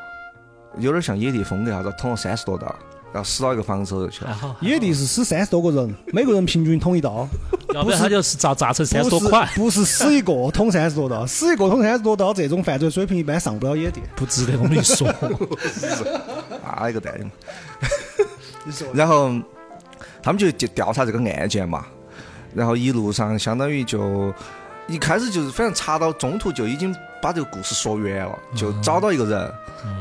有点儿像野地疯狗啥子，捅了三十多刀，然后死到一个房子头去还 <laughs> 了。好，野地是死三十多个人，每个人平均捅一刀，要不然他就是砸砸成三十多块，不是不是死一个捅三十多刀，死一个捅三十多刀，这种犯罪水平一般上不了野地。不值得我们一说。啊，一个蛋嘛。你说然后他们就去调查这个案件嘛，然后一路上相当于就一开始就是反正查到中途就已经把这个故事说圆了，就找到一个人，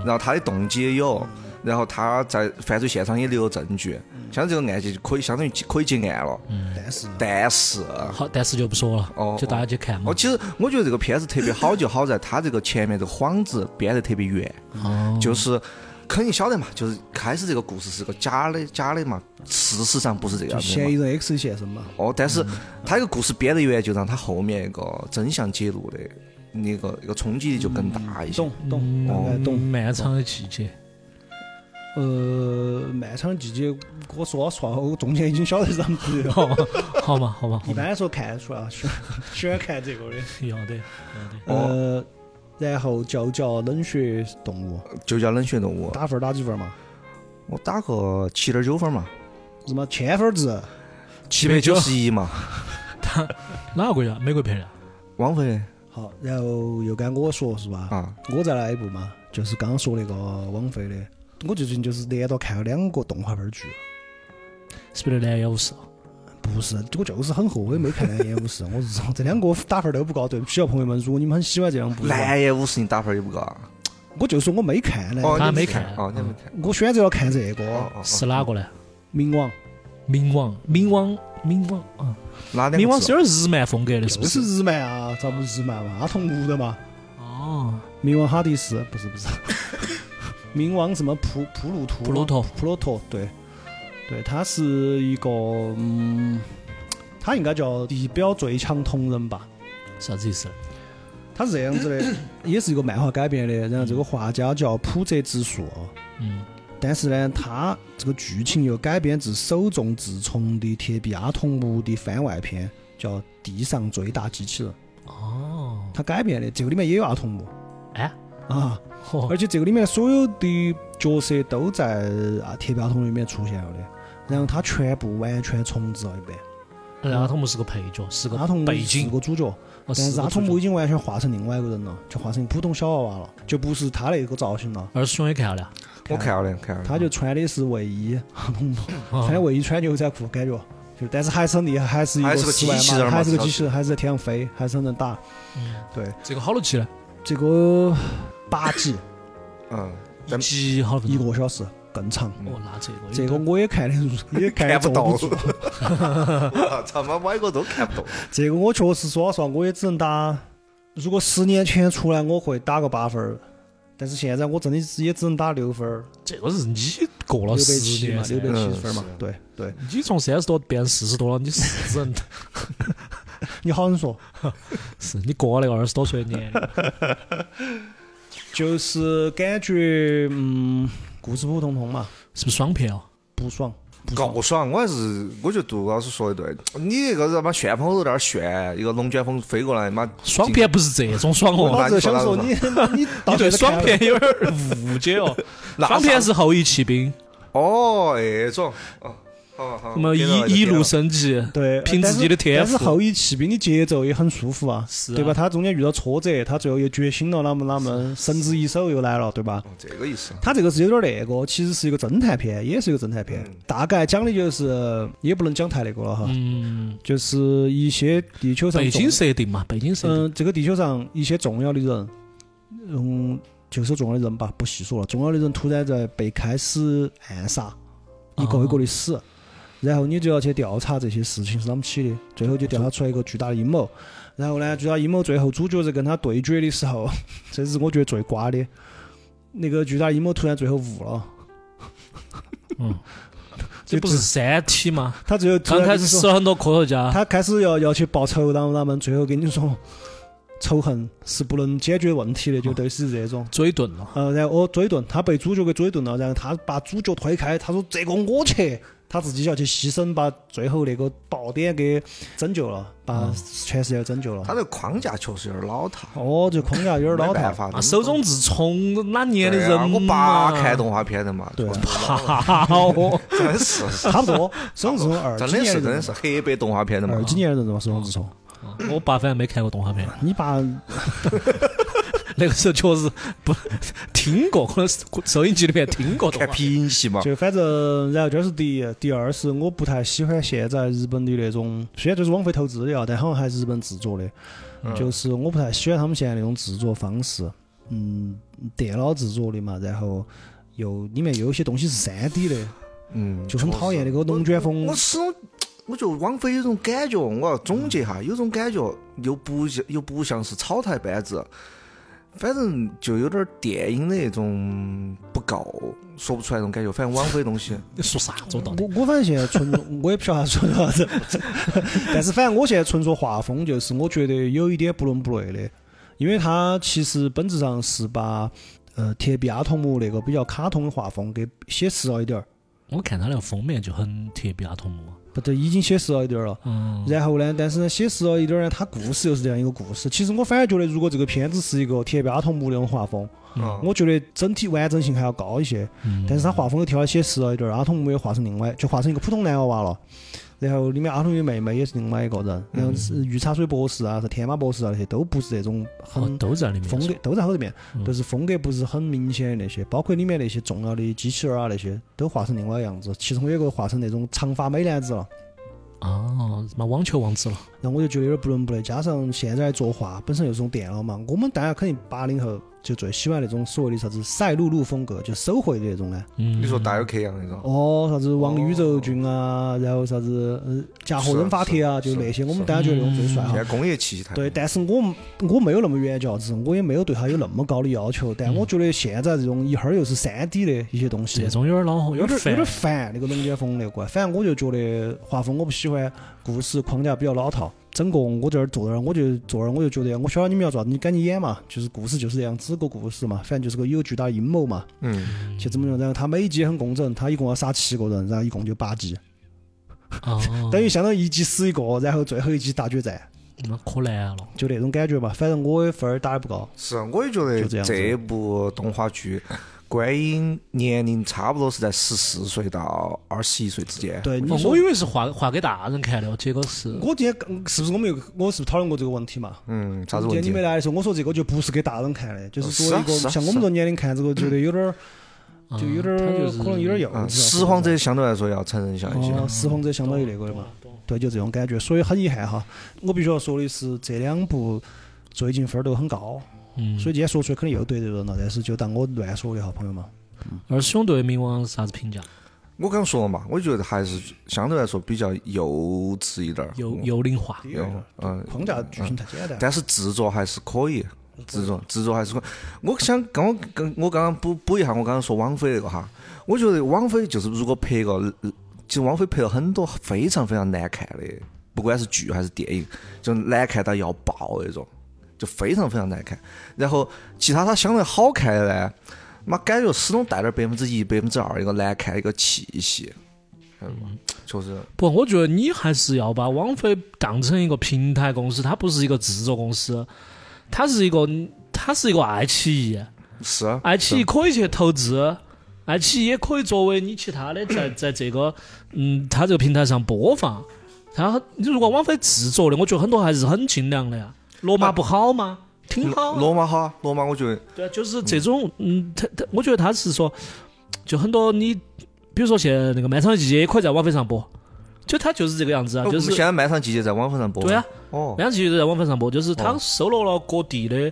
然后他的动机也有，然后他在犯罪现场也留有证据，像这个案件就可以相当于可以结案了。但是但是，好，但是就不说哦了，就大家去看嘛哦，。其实我觉得这个片子特别好，就好在它这个前面这个幌子编得特别圆，哦，就是肯定晓得嘛，就是开始这个故事是个假的假的嘛，事实上不是这个就样子的嫌嘛疑。人 X 线生嘛，哦，但是他这个故事编得圆，就让他后面一个真相揭露的那个一个冲击力就更啊大一些。嗯懂懂大概嗯懂。漫长的季节，呃，漫长的季节，我说实话，我中间已经晓得啥子了。好，哦好嘛，好嘛，哎好一般嘛，来说看得出来啊，喜欢喜欢看这个的。要得，哦呃，然后叫叫冷血动物，就叫冷血动物，打分儿打几分儿嘛？我打个七点九分嘛，什么千分儿制？七百九十一嘛，哪个国家？啊美国拍的？王菲好，然后又该我说是吧？啊，我再来一部嘛，就是刚刚说那个王菲的。我最近就是连着看了两个动画片儿剧，是不是男优势？不是，我就是很后悔没看《蓝夜武士》，我是 <laughs> 这两个打分儿都不高，对不起啊，朋友们，如果你们很喜欢这两部的话，蓝颜五十你打分也不高啊。我就说我哎没看呢，哦，他你没看看哦，你还没看。我选择要看这哦个哦，哦，是哪个呢？冥王，冥王，冥王，冥王啊！哪两冥个王是字？有点日漫风格的，是就不是是？日漫啊，咋不日漫嘛？阿童木的嘛，哦，冥王哈迪斯不是不 <laughs> 是，冥王什么普普鲁图吗啊普鲁托普鲁托对，对，他是一个嗯，他应该叫地表最强同人吧。啥子意思？他是这样子 <coughs> 的，也是一个漫画改编的。然后这个画家叫浦泽直树，哦嗯，但是呢，他这个剧情又改编自手冢治虫的铁臂阿童木的番外篇，叫《地上最大机器人》。哦，他改编的，这个里面也有阿童木哎，啊，哦而且这个里面所有的角色都在啊铁臂阿童木里面出现了的。然后他全部完全重置了一遍，然后他们是个配角，是个阿童木背是景，个主角，哦但是阿个主童角木已经完全化成另外一个人了，就化成普通小娃娃了，就不是他那个造型了。二师兄也看了，我看了看了。他就穿的是卫衣，哦穿卫衣穿牛仔裤，感觉就但是还是很厉害，还是一还是个十万机器人码，嘛还是个机器人，还是在天上飞，还是很能打。嗯对，这个好多集呢，这个八集 <laughs> 嗯，一集好多分一钟个小时，更长。哦，那这个这个我也看得 <laughs> 也看得看不坐懂不住。， <laughs> 他妈歪个都看不懂。这个我确实说老实话，我也只能打。如果十年前出来，我会打个八分儿，但是现在我真的是也只能打六分儿，这个是你过六了百十七嘛六年，噻，百七嗯十分嘛，对对。你从三十多变四十多了，你是只能你好生说， <laughs> 是你过了那个二十多岁的年龄，就是感觉嗯，故事普通通嘛，是不是双哦票？不爽。不爽高爽，我还是我觉得杜老师说的对，你那个他妈旋风有点旋，一个龙卷风飞过来，妈双片不是这种爽我哦哦，老子想说你你 <laughs> 到你底对是双看了片有点儿误解哦。那双片是后羿骑兵，哦那种，哦，好好，那么一一路升级，对，呃凭但自是己的天但是赋后羿骑兵的节奏也很舒服啊，是啊对吧？他中间遇到挫折，他最后又觉醒了，那么那么神之一手又来了，对吧？哦这个意思，他这个是有点那个，其实是一个侦探片，也是一个侦探片，大概讲的就是也不能讲太那个了哈，嗯，就是一些地球上背景重设定嘛，背景设定，嗯，这个地球上一些重要的人，嗯，就是重要的人吧，不细说了。重要的人突然在被开始暗杀，一个一个的哦死，然后你就要去调查这些事情是啷们起的，最后就调查出来一个巨大的阴谋。嗯然后呢，巨大阴谋最后主角在跟他对决的时候， <laughs> 这是我觉得最瓜的。那个巨大阴谋突然最后悟了， <laughs> 嗯，这不是三体吗？他最后突刚然开跟始你说死了很多科学家，他开始要要去报仇，然后他们最后跟你说，仇恨是不能解决问题的，就类似这种。追遁了，呃，然后我追遁，他被主角给追遁了，然后他把主角推开，他说这个我去，他自己要去牺牲，把最后那个爆点给拯救了，把全世界拯救了。他这个框架确实有点老套，哦，这框架有点老没办套，法啊啊，手中自从哪年的人嗯我嘛爸 <laughs> 看动画片的嘛，啊对啊哈哦，<laughs> 真是，差不多，孙悟空二啊真几的年的是真的人是嘛，黑白动画片的嘛啊二，几哎哦年的人嘛，孙悟空。嗯 <laughs> 我爸反正没看过动画片，你把那个时候确实不听过，可能是收音机里面听过动看画片。平戏嘛，就反正，然后这是第一，第二是我不太喜欢现在日本的那种，虽然就是枉费投资的啊，但好像还是日本制作的，就是我不太喜欢他们现在那种制作方式，嗯，电脑制作的嘛，然后又里面又有些东西是三 D 的，嗯，就很讨厌那个龙卷风我。始终，我觉得王菲有种感觉，我要总结一下，有种感觉又不像又不像是草台班子，反正就有点电影的那种不够，说不出来那种感觉。反正王菲的东西，你说啥子到底？我我反正现在纯，我也不晓得说啥子， <laughs> 但是反正我现在纯说画风，就是我觉得有一点不伦不类的，因为它其实本质上是把呃铁臂阿童木那个比较卡通的画风给写实了一点儿，我看他那个封面就很啊铁臂阿童木，不对，已经写实了一点儿了。嗯，然后呢，但是呢，写实了一点儿呢，它故事又是这样一个故事。其实我反而觉得，如果这个片子是一个铁臂阿童木那种画风，嗯，我觉得整体完整性还要高一些。嗯但是他画风又调的写实了一点儿，阿童木又画成另外，就画成一个普通男娃娃了。然后里面阿童木的妹妹也是另外一个人，嗯然后是御茶水博士啊，是天马博士啊那些都不是这种哦很都在里面风格是吧，嗯都在后头面，都是风格不是很明显的那些，包括里面那些重要的机器人啊那些都画成另外样子，其中有一个画成那种长发美男子了。哦，妈网球王子了，然后我就觉得有点不伦不类，加上现在作画本身又是种电脑嘛，我们大家肯定八零后就最喜欢那种所谓的啥子赛璐璐风格，就手绘的那种呢。嗯，你说大有克洋那种，哦，啥子王宇宙军啊，然后啥子呃甲贺忍法帖啊，嗯是就那些，是我们大家觉得那种最帅现哈在。工业气息太对，但是我们我没有那么原教旨，我也没有对他有那么高的要求，但我觉得现在这种一会儿又是三 D 的一些东西这，种有点老，哦有点点有烦点烦那个龙卷风那个，反正我就觉得画风我不喜欢，故事框架比较老套。整个我这儿坐那儿，我就坐那儿，我就觉得我晓得你们要做啥子，你赶紧演嘛，就是故事就是这样子个故事嘛，反正就是个有巨大阴谋嘛，嗯，就这么用。然后他每一集很工整，他一共要杀七个人，然后一共就八集，哦，等于相当于一集死一个，然后最后一集大决战，妈可难了，就那种感觉吧。反正我的分儿打得不高，是，啊我也觉就这得样子这部动画剧。观影年龄差不多是在十四岁到二十一岁之间，对，你哦说我以为是画画给大人看的，结果是我今天嗯是不是我们有我是不是讨论过这个问题嘛？嗯，啥子中问间题？你没来的时候，我说这个就不是给大人看的，就是作为一个是啊是啊像我们这种年龄看这个，觉得有点儿啊就有点他儿就是可能有点儿幼稚啊。嗯，拾荒者相对来说要成人向一些。哦，拾荒者相当于那个的嘛，对，就这种感觉。所以很遗憾哈，我必须要说的是，这两部最近分儿都很高，嗯，所以今天说出来肯定又得罪人了，但是就当我乱说的哈，朋友们。二师兄对冥王啥子评价？我刚说了嘛，我觉得还是相对来说比较幼稚一点儿，嗯幽幽灵化，有嗯，框架剧情太简单。但是制作还是可以，制作制作还是可以。我想刚我刚我刚刚补补一下，我刚刚说王菲那个哈，我觉得王菲就是如果拍个，其实王菲拍了很多非常非常难看的，不管是剧还是电影，就难看到要爆那种，就非常非常难看。然后其他它相对好看的呢，妈感觉始终带点百分之一、百分之二一个难看的一个气息，看到吗？就是不，我觉得你还是要把王菲当成一个平台公司，它不是一个制作公司，它是一个它是一个爱奇艺，是啊爱奇艺可以去投资，爱奇艺也可以作为你其他的 <clears throat> 在在这个嗯它这个平台上播放。它你如果王菲制作的，我觉得很多还是很精良的呀。罗马不好吗？挺好啊、罗马哈，罗马我觉得对啊，就是这种，嗯，他他，我觉得他是说，就很多你，比如说现在那个《漫长的季节》也可以在网飞上播，就他就是这个样子啊，哦就我们是现在《漫长季节》在网飞上播。对啊，哦《漫长的季节》在网飞上播，就是他哦收罗了各地的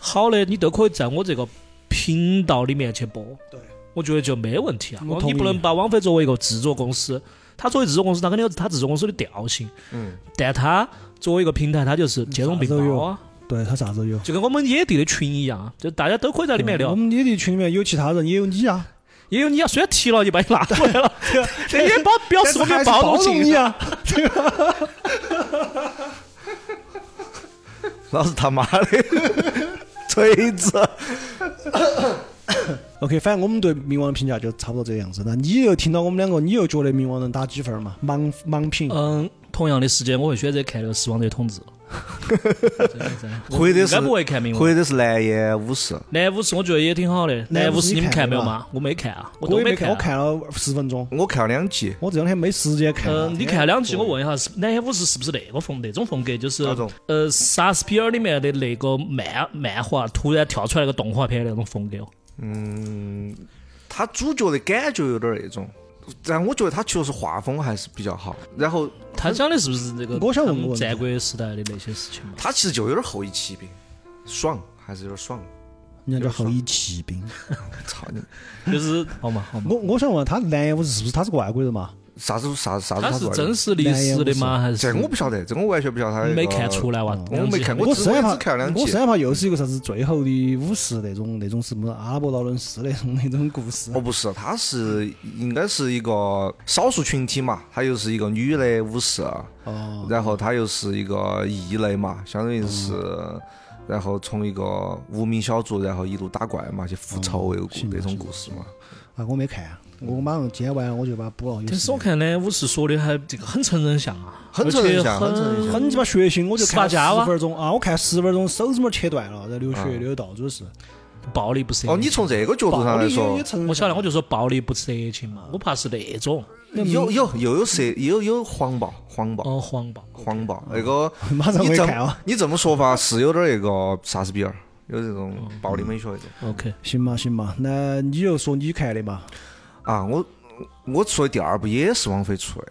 好的，你都可以在我这个频道里面去播。对，我觉得就没问题啊。我我同你意不能把网飞作为一个制作公司，它作为制作公司，它肯定有它制作公司的调性，嗯，但它作为一个平台，它就是兼容并啥都包有啊，对他啥子都有。就跟我们野地的群一样啊，就大家都可以在里面聊我。们你的群里面有其他人，也有你啊，也有你要虽然提了，你把你拉回来了，这也包表示我们还有啊是哦包容容性你。啊。老子他妈的 <laughs> 锤子！ OK，反正我们对冥王的评价就差不多这个样子。那你又听到我们两个，你又觉得冥王能打几分儿嘛？盲盲评，嗯，同样的时间，我会选择看那个《死亡者 <laughs> 统治》真的。真的我或者应是该不会看明白。或者是蓝颜武士，南武士我觉得也挺好的，南南武武士士你你们看看没有了吗嘛？我没看啊，我我都也没看我啊。看了十分钟，我看了两集，我这两天没时间看啊了。嗯，你看两集，我问一下，是南野武士是不是那个风那种风格？就是哪种呃，莎士比尔里面的那个漫漫画，突然跳出来个动画片那种风格哦。他主角的感觉有点那种，但我觉得他确实画风还是比较好。然后他讲的是不是这个我想问他们个问题战国时代的那些事情嘛？他其实就有点后羿骑兵，爽还是有点爽。人家叫后羿骑兵。操你！就是好嘛好嘛。我我想问他男演武是不是他是个外国人嘛？啥子啥啥子？他啥子是玩意儿真实历史的吗？还是这个我不晓得，这个我完全不晓得他那个。没看出来哇？我没看我我只生怕我只看了两集我生怕又是一个啥子最后的武士那种那种什么阿拉伯劳伦斯那种那种故事哦，。不是，她是应该是一个少数群体嘛，她又是一个女的啊武士，哦，然后她又是一个异类嘛，相当于嗯是，然后从一个无名小卒，然后一路打怪嘛，去复仇那个哦故行吧那种行吧故事嘛。啊，我没看啊，我马上今天晚上我就把它补了。有但时是我哦间看呢，武士说的还这个很成人像啊，很成人像而且很成人像很鸡巴血腥，我就看了十八家十哇分钟啊！我看十分钟，手指拇儿切断了，在流血啊流到处是。暴力不色。哦，你从这个角度上暴来力也说也，承认。我晓得，我就说暴力不色情嗯嘛，我怕是那种有有又有色，又有黄暴，黄暴，哦黄暴。黄暴那个 <laughs> 马上你会这看么啊！你这么说法是有点那个莎士比尔，有这种哦嗯暴力美学那种。 OK，行嘛行嘛，那你就说你看的嘛，啊，我我出的第二部也是王菲出的，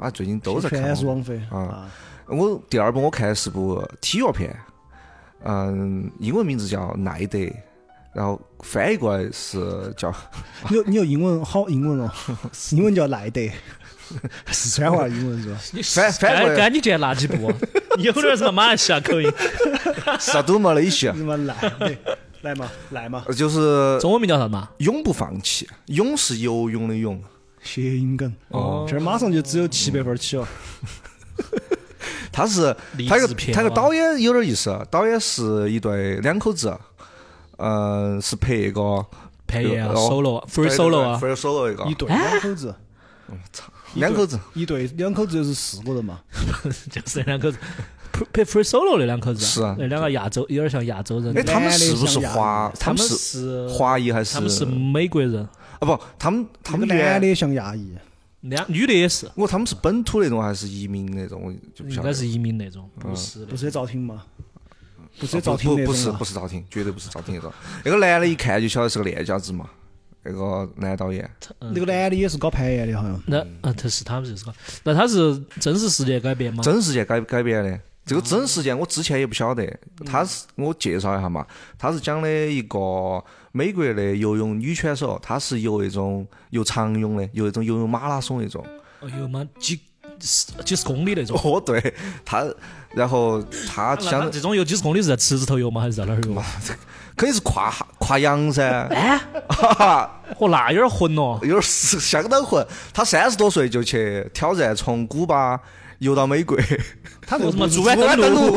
啊，最近都在看全王是菲。王菲啊啊！我第二部我看的是部体育片，嗯，英文名字叫《奈德》，然后翻译过来是叫你有你有英文好英文 <laughs> 哦，英文叫赖德，四川话英文是吧？你哎翻翻过来该该你今天拿几 <laughs> 部？你啊有点什么马来西亚口音？啥都没了一些，什么赖 <laughs> 德？来嘛来嘛，呃就是中文名叫啥子嘛？永不放弃。永是游泳的泳，谐音梗哦，这儿马上就只有七哦百分儿起了。他是励他个志片他个哇导演有点意思，啊导演是一对两口子，嗯、是拍一个配乐啊哦，solo 啊，free solo 啊， ，free solo 一个一对两口子，两口子。一对两口子就是四个人嘛。 <laughs> 就是那两口子配 free solo 那两口子啊，是啊那两个亚洲有点像亚洲人哎，，他们是不是男的像亚华裔？他们是是华裔还是？他们是美国人，啊不，他们他们那个男原的像亚裔，两女的也是。我他们是本土那种还是移民那种？我就不应晓该得。啊嗯是移民那种，不是的不。是也赵婷吗？不是也啊不赵婷不那不种啊是吗不是赵婷，绝对不是赵婷那种。那个男的一看就晓得是个练家子嘛，那个男导演。那个男的也是搞攀岩的，好像。那啊，他是他们就是个，那他是真实世界改编吗？真实界改改编的，这个真人事件我之前也不晓得，嗯他是我介绍一下嘛，他是讲的一个美国的游泳女选手，她是游一种游长泳的，游一种游泳马拉松那种。哎呦妈，几十几十公里那种。哦， <laughs> 对，她，然后她 <laughs> 那相那这种游几十公里是在池子头游吗？还是在哪儿游？肯定是跨跨洋噻，哦，那有点混哦。有点是相当混。她三十多岁就去挑战从古巴游 <laughs> 到美国，他这个我他妈不是主办登陆，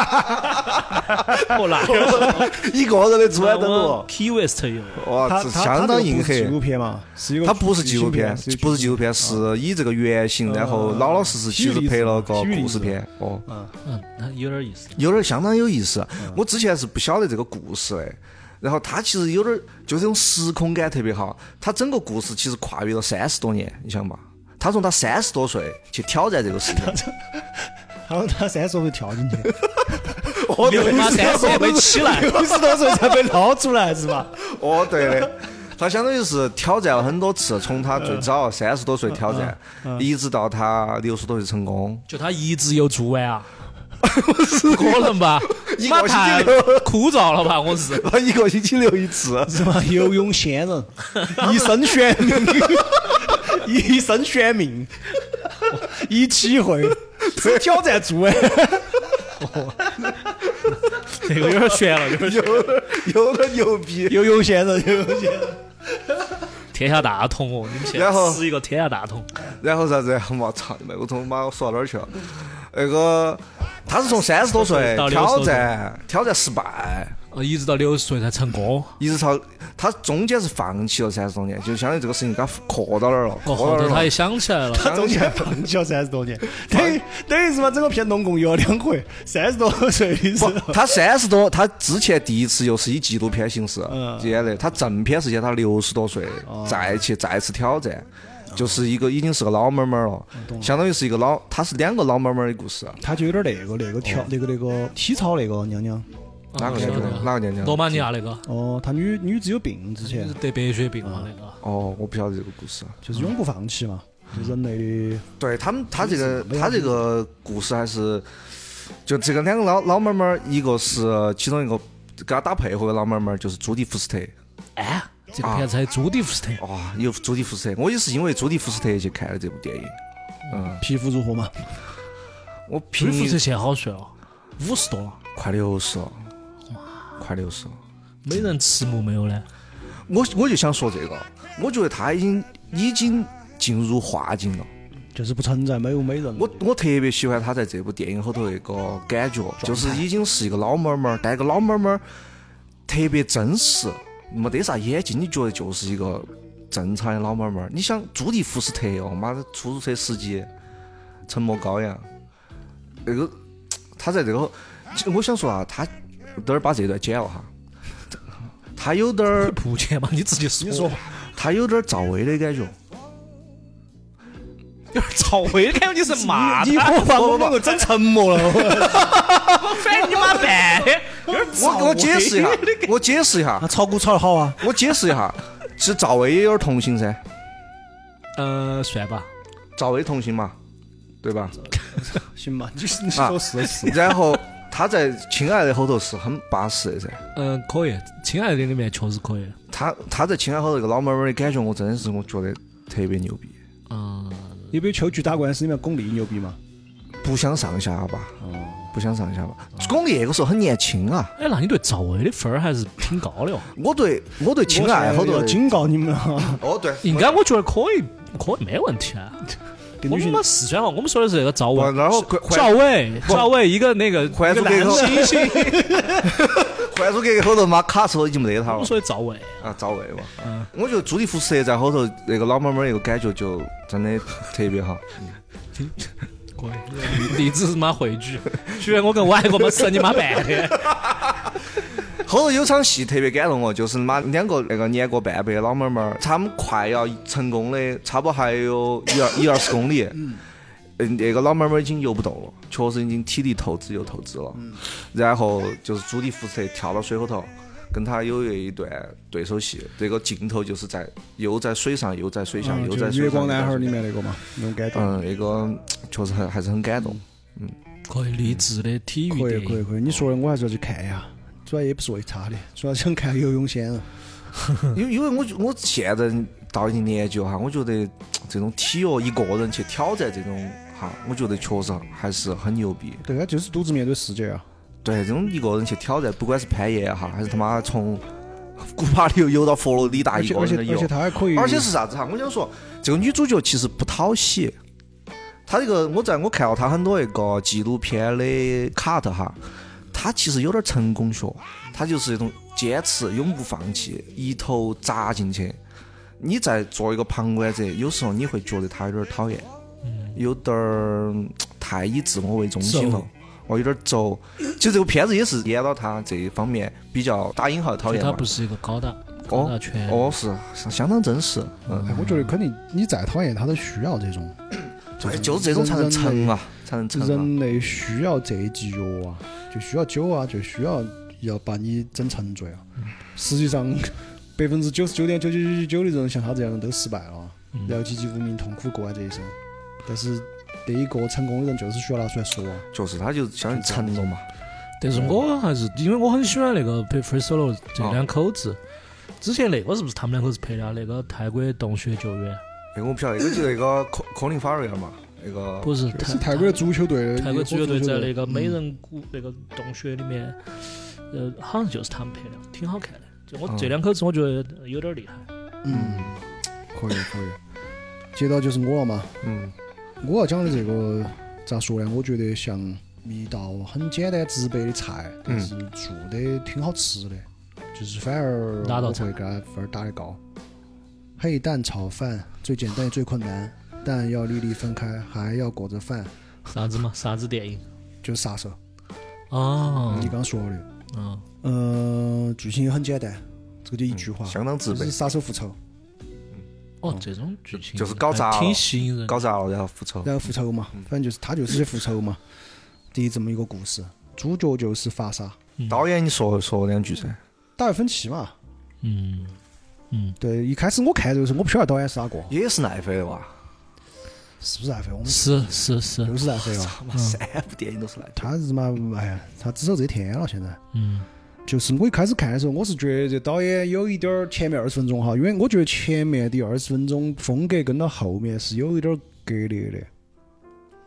哦，那有点混一个人的珠海登我陆， Key West 游。哇，他这他相他当这个硬不啊是核纪。录片嘛，是一个它不是剧纪录情片，不是纪录啊呃录片，是以这个原型，然后老老实实体育其实历史拍了嘛个体育历故事史片。哦，嗯，那有点意思。有点相当有意思。嗯我之前是不晓得这个故事的，然后它其实有点儿就这种时空感特别好。它整个故事其实跨越了三十多年，你想嘛？他从他三十多岁去挑战这个事情，他说他三十多岁跳 <laughs> 进去，哦六妈三十也没起来。 <laughs> <laughs> 六十多岁才被捞出来是吧？哦，对的，他相当于是挑战了很多次，从他嗯最早三十多岁挑战，一直到他六十多岁成功。就他一直有猪丸啊？不可能吧？一妈个星太期六，枯燥了吧？我 <laughs> 是。他一个星期六一次， <laughs> 是吧？游泳仙人， <laughs> 一生悬 <laughs> 命，一生悬命，一机 <laughs> 会，只挑战猪 <laughs> 哎。这个有点悬了，有点悬。有点牛逼。游泳仙人，游泳仙人，天下大同哦，你们现然在后是一个天下大同。然后啥子？ <laughs> 我操你妈！我从妈我说到哪儿去了？那个他是从三十多岁到60挑多岁战挑战失败，呃，一直到六十岁才成功，一直朝他中间是放弃了三十多年，就相当于这个事情给他磕到那儿了，哦，磕后到头那他儿也了。想起来了，他中间放弃了三十多年，等于等于是把整个片总共游了两回，三十多岁的时不候，，他三十多，他之前第一次又是以纪录片形式嗯演的，他正片是演他六十多岁哦再去再次挑战，就是一个已经是个老妈妈了，相当于是一个老，他是两个老妈妈的故事，啊他就有点那个那个跳那个那个体操那个娘娘。哪个哦年晓得龄？哪个年龄？罗马尼亚那个哦，他女女子有病之前就嗯是得白血病了那个。哦，我不晓得这个故事。就是永不放弃嘛，就人类的对他们，他这个他这个故事还是，就这个两个老老妹儿妹儿，一个是其中一个给他打配合的老妹儿妹儿，就是朱迪福斯特。哎，这个片子还朱迪福斯特，哇、有朱迪福斯特，我也是因为朱迪福斯特去看的这部电影。皮肤如何嘛？我朱凭迪福斯特现在好帅哦，五十多了，快六十了，快六十了。没人迟暮没有呢？我我就想说这个，我觉得他已经已经进入化境了。就是不存在美不美人。我我特别喜欢他在这部电影后头一个感觉，就是已经是一个老妹儿妹儿，但一个老妹儿妹儿特别真实，没得啥演技，你觉得就是一个正常的老妹儿妹儿。你想朱迪福斯特哦，妈的出租车司机，沉默羔羊，那个他在这个，我想说啊，他等会儿把这段剪了哈，他有点儿不见嘛，你直接说。你说他有点儿赵薇的感觉。有点赵薇的感觉，你是骂你他，我把我两个整沉默了。反你妈蛋的，有点我给我解释一下赵薇的，我解释一下那，炒股炒得好啊，我解释一下，是赵薇也有点童心噻，呃，算吧，赵薇童心嘛，对吧？行吧？你你啊说是是。 <laughs> 然后她在《亲爱的》后头是很巴适的噻，嗯，可以，《亲爱的》里面确实可以，她她在《亲爱的》后头那个老妹妹的感觉，我真的是我觉得特别牛逼，嗯，有没有秋菊打官司里面巩俐牛逼嘛？不相上下吧？不相上下吧？巩俐那个时候很年轻啊，哎，那你对赵薇的分儿还是挺高的哦，我对我对《亲爱的》后头要的警告你们啊，哦对，应该我觉得可以，可以没问题啊。给我女们性妈四川话，我们说的是那个赵薇我，然后还赵薇，不赵薇一个那个还一个珠格男格星星，还珠格格后头妈卡时候已经没得她我 <laughs> 了们。说的赵薇，啊，赵薇嘛，嗯我觉得朱迪福斯特在后头那个老妹妹那个感觉就真的特别好。可以，例子是妈汇聚，居然我跟外国妈是你妈办的，后头有场戏特别感动我，就是妈两个那个年过半百的老妹妹儿，他们快要成功的，差不多还有一二一二十公里。嗯，那个老妹妹儿已经游不动了，确实已经体力透支又透支了。嗯然后就是朱迪福斯特跳到水后头，跟他有一段对手戏，这个镜头就是在又在水上，又在水下，嗯啊又就在《水上嗯月光男孩又》在里水下面那个嘛，那种感觉。嗯，那个确实还还是很感动。可以励志的体育可以电可以影。可以，你说的我还是要去看一下，主要也不是为差的，主要想看游泳先生。 <laughs> 因为因为我觉我现在到一定年纪了哈，我觉得这种体育一个人去挑战这种哈，我觉得确实还是很牛逼。对，他就是独自面对世界啊。对，这种一个人去挑战，不管是攀岩也好，还是他妈从古巴里游游到佛罗里达而啊一且个而人且的而游且，他还可以，而且是啥子哈？我想说，这个女主角其实不讨喜。她这个，我在我看了她很多那个纪录片的 cut 哈，她其实有点成功学，她就是那种坚持、永不放弃、一头扎进去。你在做一个旁观者，有时候你会觉得她有点讨厌，有点儿嗯太以自我为中心了轴，哦，有点儿轴。其实这个片子也是演到她这一方面比较打引号的讨厌他嘛不。是一个高大高大哦全的哦，是相相当真实，嗯。哎我觉得肯定你再讨厌他都需要这 <clears throat> 种，对，就是这种才能成啊，才能成啊。人类需要这一剂药啊，就需要酒啊，就需要要把你整沉醉啊。嗯实际上百分之九十九点九九九九的人像他这样的都失败了，嗯然后籍籍无名，痛苦过啊完这一生。但是这一个成功的人就是需要拿出来说啊。就是他就相当于成了嘛，但是我还是因为我很喜欢那个拍《Free Solo》这哦两口子。之前那个是不是他们两口子拍的啊？那个泰国洞穴救援那哎个我不晓得，那个就那个科科林法瑞尔嘛，那个不是是泰泰国足球队的嗯泰国足球队在那个美人。人谷那个洞穴里面，呃，好像就是他们拍的，挺好看的。就我嗯这两口子，我觉得有点厉 <laughs> 害。嗯，可以可以。接到就是我了嘛，嗯，我要讲的这个咋说呢？我觉得像一道很简单直白的菜，但是做的挺好吃的，就是反而哪道我菜会给它分儿打得高。黑蛋炒饭最简单也最困难，蛋要粒粒分开，还要裹着饭，啥子嘛？啥子电影？就是杀手。哦你，刚说的，呃嗯，嗯，剧情也很简单，这个就一句嗯话，相当自就是卑，杀手复仇，哦，这种剧情就是搞砸了还挺吸引人的。搞砸了然后复仇。然后复仇嘛，反正就是他就是去复仇嘛，的这么一个故事。主角就是法沙，导演，你说说两句噻。达尔芬奇嘛。嗯嗯，对，一开始我看这个时候，我不晓得导演是哪个，也是奈飞的吧？是不是奈飞？我们是是是又，是奈飞了。他妈三部电影都是奈飞。他日妈，哎呀，他只手遮天了，现在。嗯就是我一开始看的时候，我是觉得这导演有一点儿前面二十分钟哈，因为我觉得前面的二十分钟风格跟到后面是有一点儿割裂的，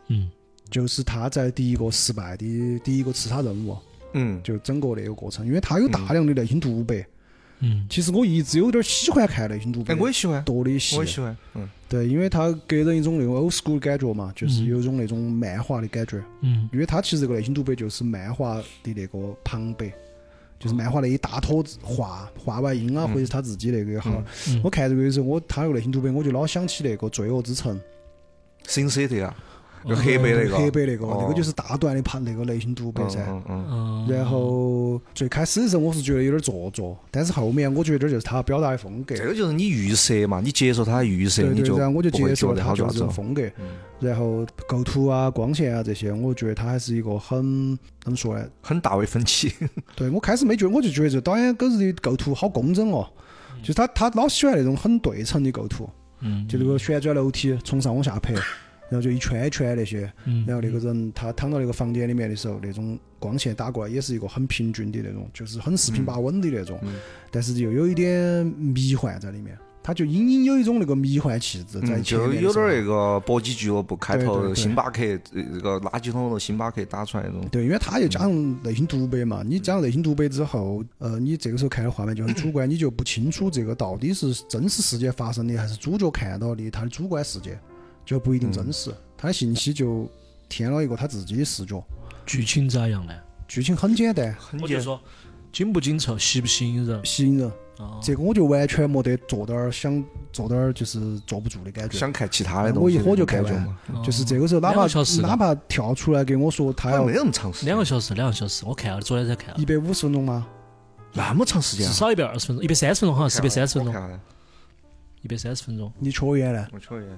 嗯就是他在第一个失败的第一个刺杀任务，哦嗯，就整个那个过程，因为他有大量的内心独白。嗯，其实我一直有点儿喜欢看内心独白哎，我也喜欢，多的戏啊我也，喜欢。嗯，对，因为他给人一种那种 old school 的感觉嘛，就是有一种那种漫画的感觉。嗯因为它其实这个内心独白就是漫画的那个旁白，就是漫画那一大坨子画画完音嗯啊，或者是他自己那个也好。嗯我看这个的时候，我他那个内心独白，我就老想起那个《罪恶之城》 《Sin City》啊，就黑白那个，哦黑白那个，哦那个就是大段的旁那个内心独白嗯噻。嗯嗯，嗯，然后最开始的时候，我是觉得有点做作，但是后面我觉得就是他表达的风格。这个就是你预设嘛，你接受他的预设，对你对，然后我就不会接觉受得了好他就抓是这子种。风格，嗯然后构图啊、光线啊这些，我觉得他还是一个很怎么说呢？很大为分歧。对我开始没觉得，我就觉得这导演狗日的构图好工整哦，就是他他老喜欢那种很对称的构图，嗯，就那个旋转楼梯从上往下拍，然后就一圈一圈那些，嗯，然后那个人他躺到那个房间里面的时候，那种光线打过来也是一个很平均的那种，就是很四平八稳的那种，嗯但是又有一点迷幻在里面，他就隐隐有一种那个迷幻气质在前嗯，就面的有时点候儿那个搏击俱乐部开对头对对星巴克呃那个垃圾桶头星巴克打出来那种。对，因为他嗯又加上内心独白嘛，你加上内心独白之后，呃，你这个时候看的画面就很嗯主观，你就不清楚这个到底是真实世界发生的，还是主角看到的他的主观世界，就不一定嗯真实。他的信息就添了一个他自己的视角，剧情咋样呢？剧情很简单，很我简就说紧不紧凑，吸不吸引人？吸引人。哦这个我就完全没得做点儿想做点儿就是坐不住的感觉。想看其他的东我西，一会儿就感看觉完嘛。哦就是这个时候，哪两怕个小时哪怕跳出来给我说他好像要没那么长时间，两个小时，两个小时，我看了，昨天才看了一，百五十分钟吗？那么长时至间啊，少一百二十分钟，一百三十分钟好像是一百三十分我钟，看了一百三十分钟，你确言呢？我确认，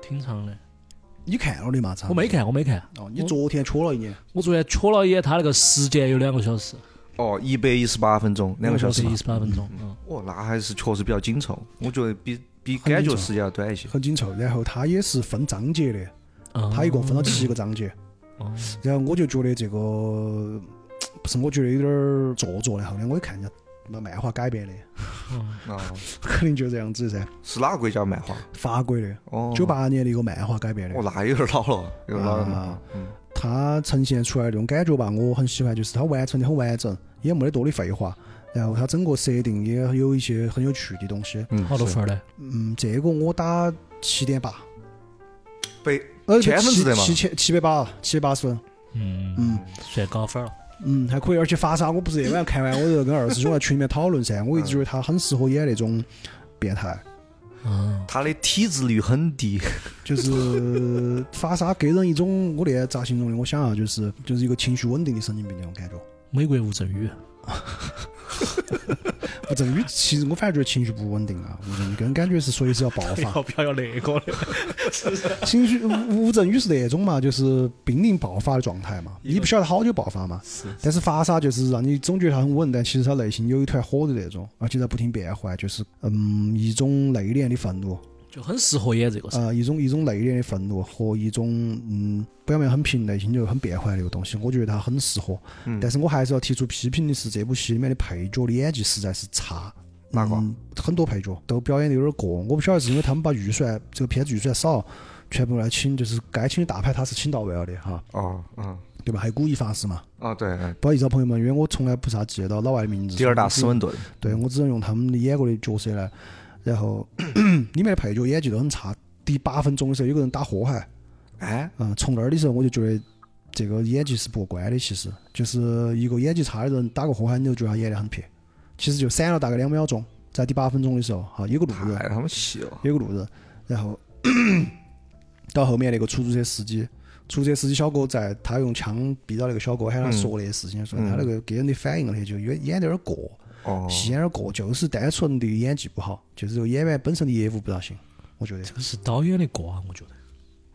挺长的。你看了的嘛？咋我没。看，我没看，哦，你昨天确了一眼。我昨天瞧了一眼，他那个时间有两个小时，哦，一百一十八分钟，两个小时吧一。十八分钟，嗯，哦，那还是确实比较紧凑，我觉得比比感觉时间要短一些。很紧凑，然后它也是分章节的，哦嗯它一共分了七个章节，哦然后我就觉得这个呃不是，我觉得有点儿做作了。后来我一看人家那漫画改编的， <laughs> 嗯啊，肯定就这样子噻。是哪个国家漫画？法国的，哦，九，八年的一个漫画改编的哦，，那有点老了，有点老了啊。嗯它呈现出来的那种感觉吧，我很喜欢，就是它完成的很完整，也没得多的废话。然后它整个设定也有一些很有趣的东西。嗯，好多是分儿嘞，嗯，这个我打七点八，被呃，千分七制的嘛七千七百八，七百八十分。嗯嗯算高分了。嗯，还可以。而且法鲨，我不是夜晚看完，我就跟二师兄在群里面讨论噻。我一直觉得他很适合演那种变态，嗯，他的体脂率很低，就是法鲨给人一种我那咋形容的？我想啊，就是就是一个情绪稳定的神经病那种感觉。美国吴镇宇，吴镇宇其实我反而觉得情绪不稳定啊，吴镇宇给人感觉是随时要爆发。不要要那个嘞？情绪吴吴镇宇是那种嘛，就是濒临爆发的状态嘛，你不晓得好久爆发嘛。但是法鲨就是让你总觉得他很稳，但其实他内心有一团火的那种，而且在不停变换，就是嗯一种内敛的愤怒，就很适合演这个噻。呃一种一种内敛的愤怒和一种嗯表面很平，内心就很变幻的一个东西，我觉得他很适合。嗯但是我还是要提出批评的是，这部戏里面的配角的演技实在是差。哪个嗯很多配角都表演的有点过，我不晓得是因为他们把预算这个片子预算少，全部来请，就是该请的大牌他是请到位了的哈，哦，嗯，对吧？还有古一法师嘛，哦，对，嗯不好意思啊，朋友们，因为我从来不咋记得到老外的名字，第二大斯斯文顿，对我只能用他们的演过的角色来，然后 <coughs> 里面的配角演技都很差。第八分钟的时候，有个人打祸害，哎，嗯，从那儿的时候我就觉得这个演技是不过关的。其实就是一个演技差的人打个祸害，你就觉得他演得很撇，其实就闪了大概两秒钟，在第八分钟的时候，哈，有个路人太，他妈细了，有个路人，然后到后面那个出租车司机，出租车司机小哥在他用枪逼到那个小哥嗯喊他说那些事情，说他那个给人的反应那些就演演得有点过，哦，戏演得有点过，就是单纯的演技不好，就是这个演员本身的业务不大行，我觉得。这个是导演的锅啊，我觉得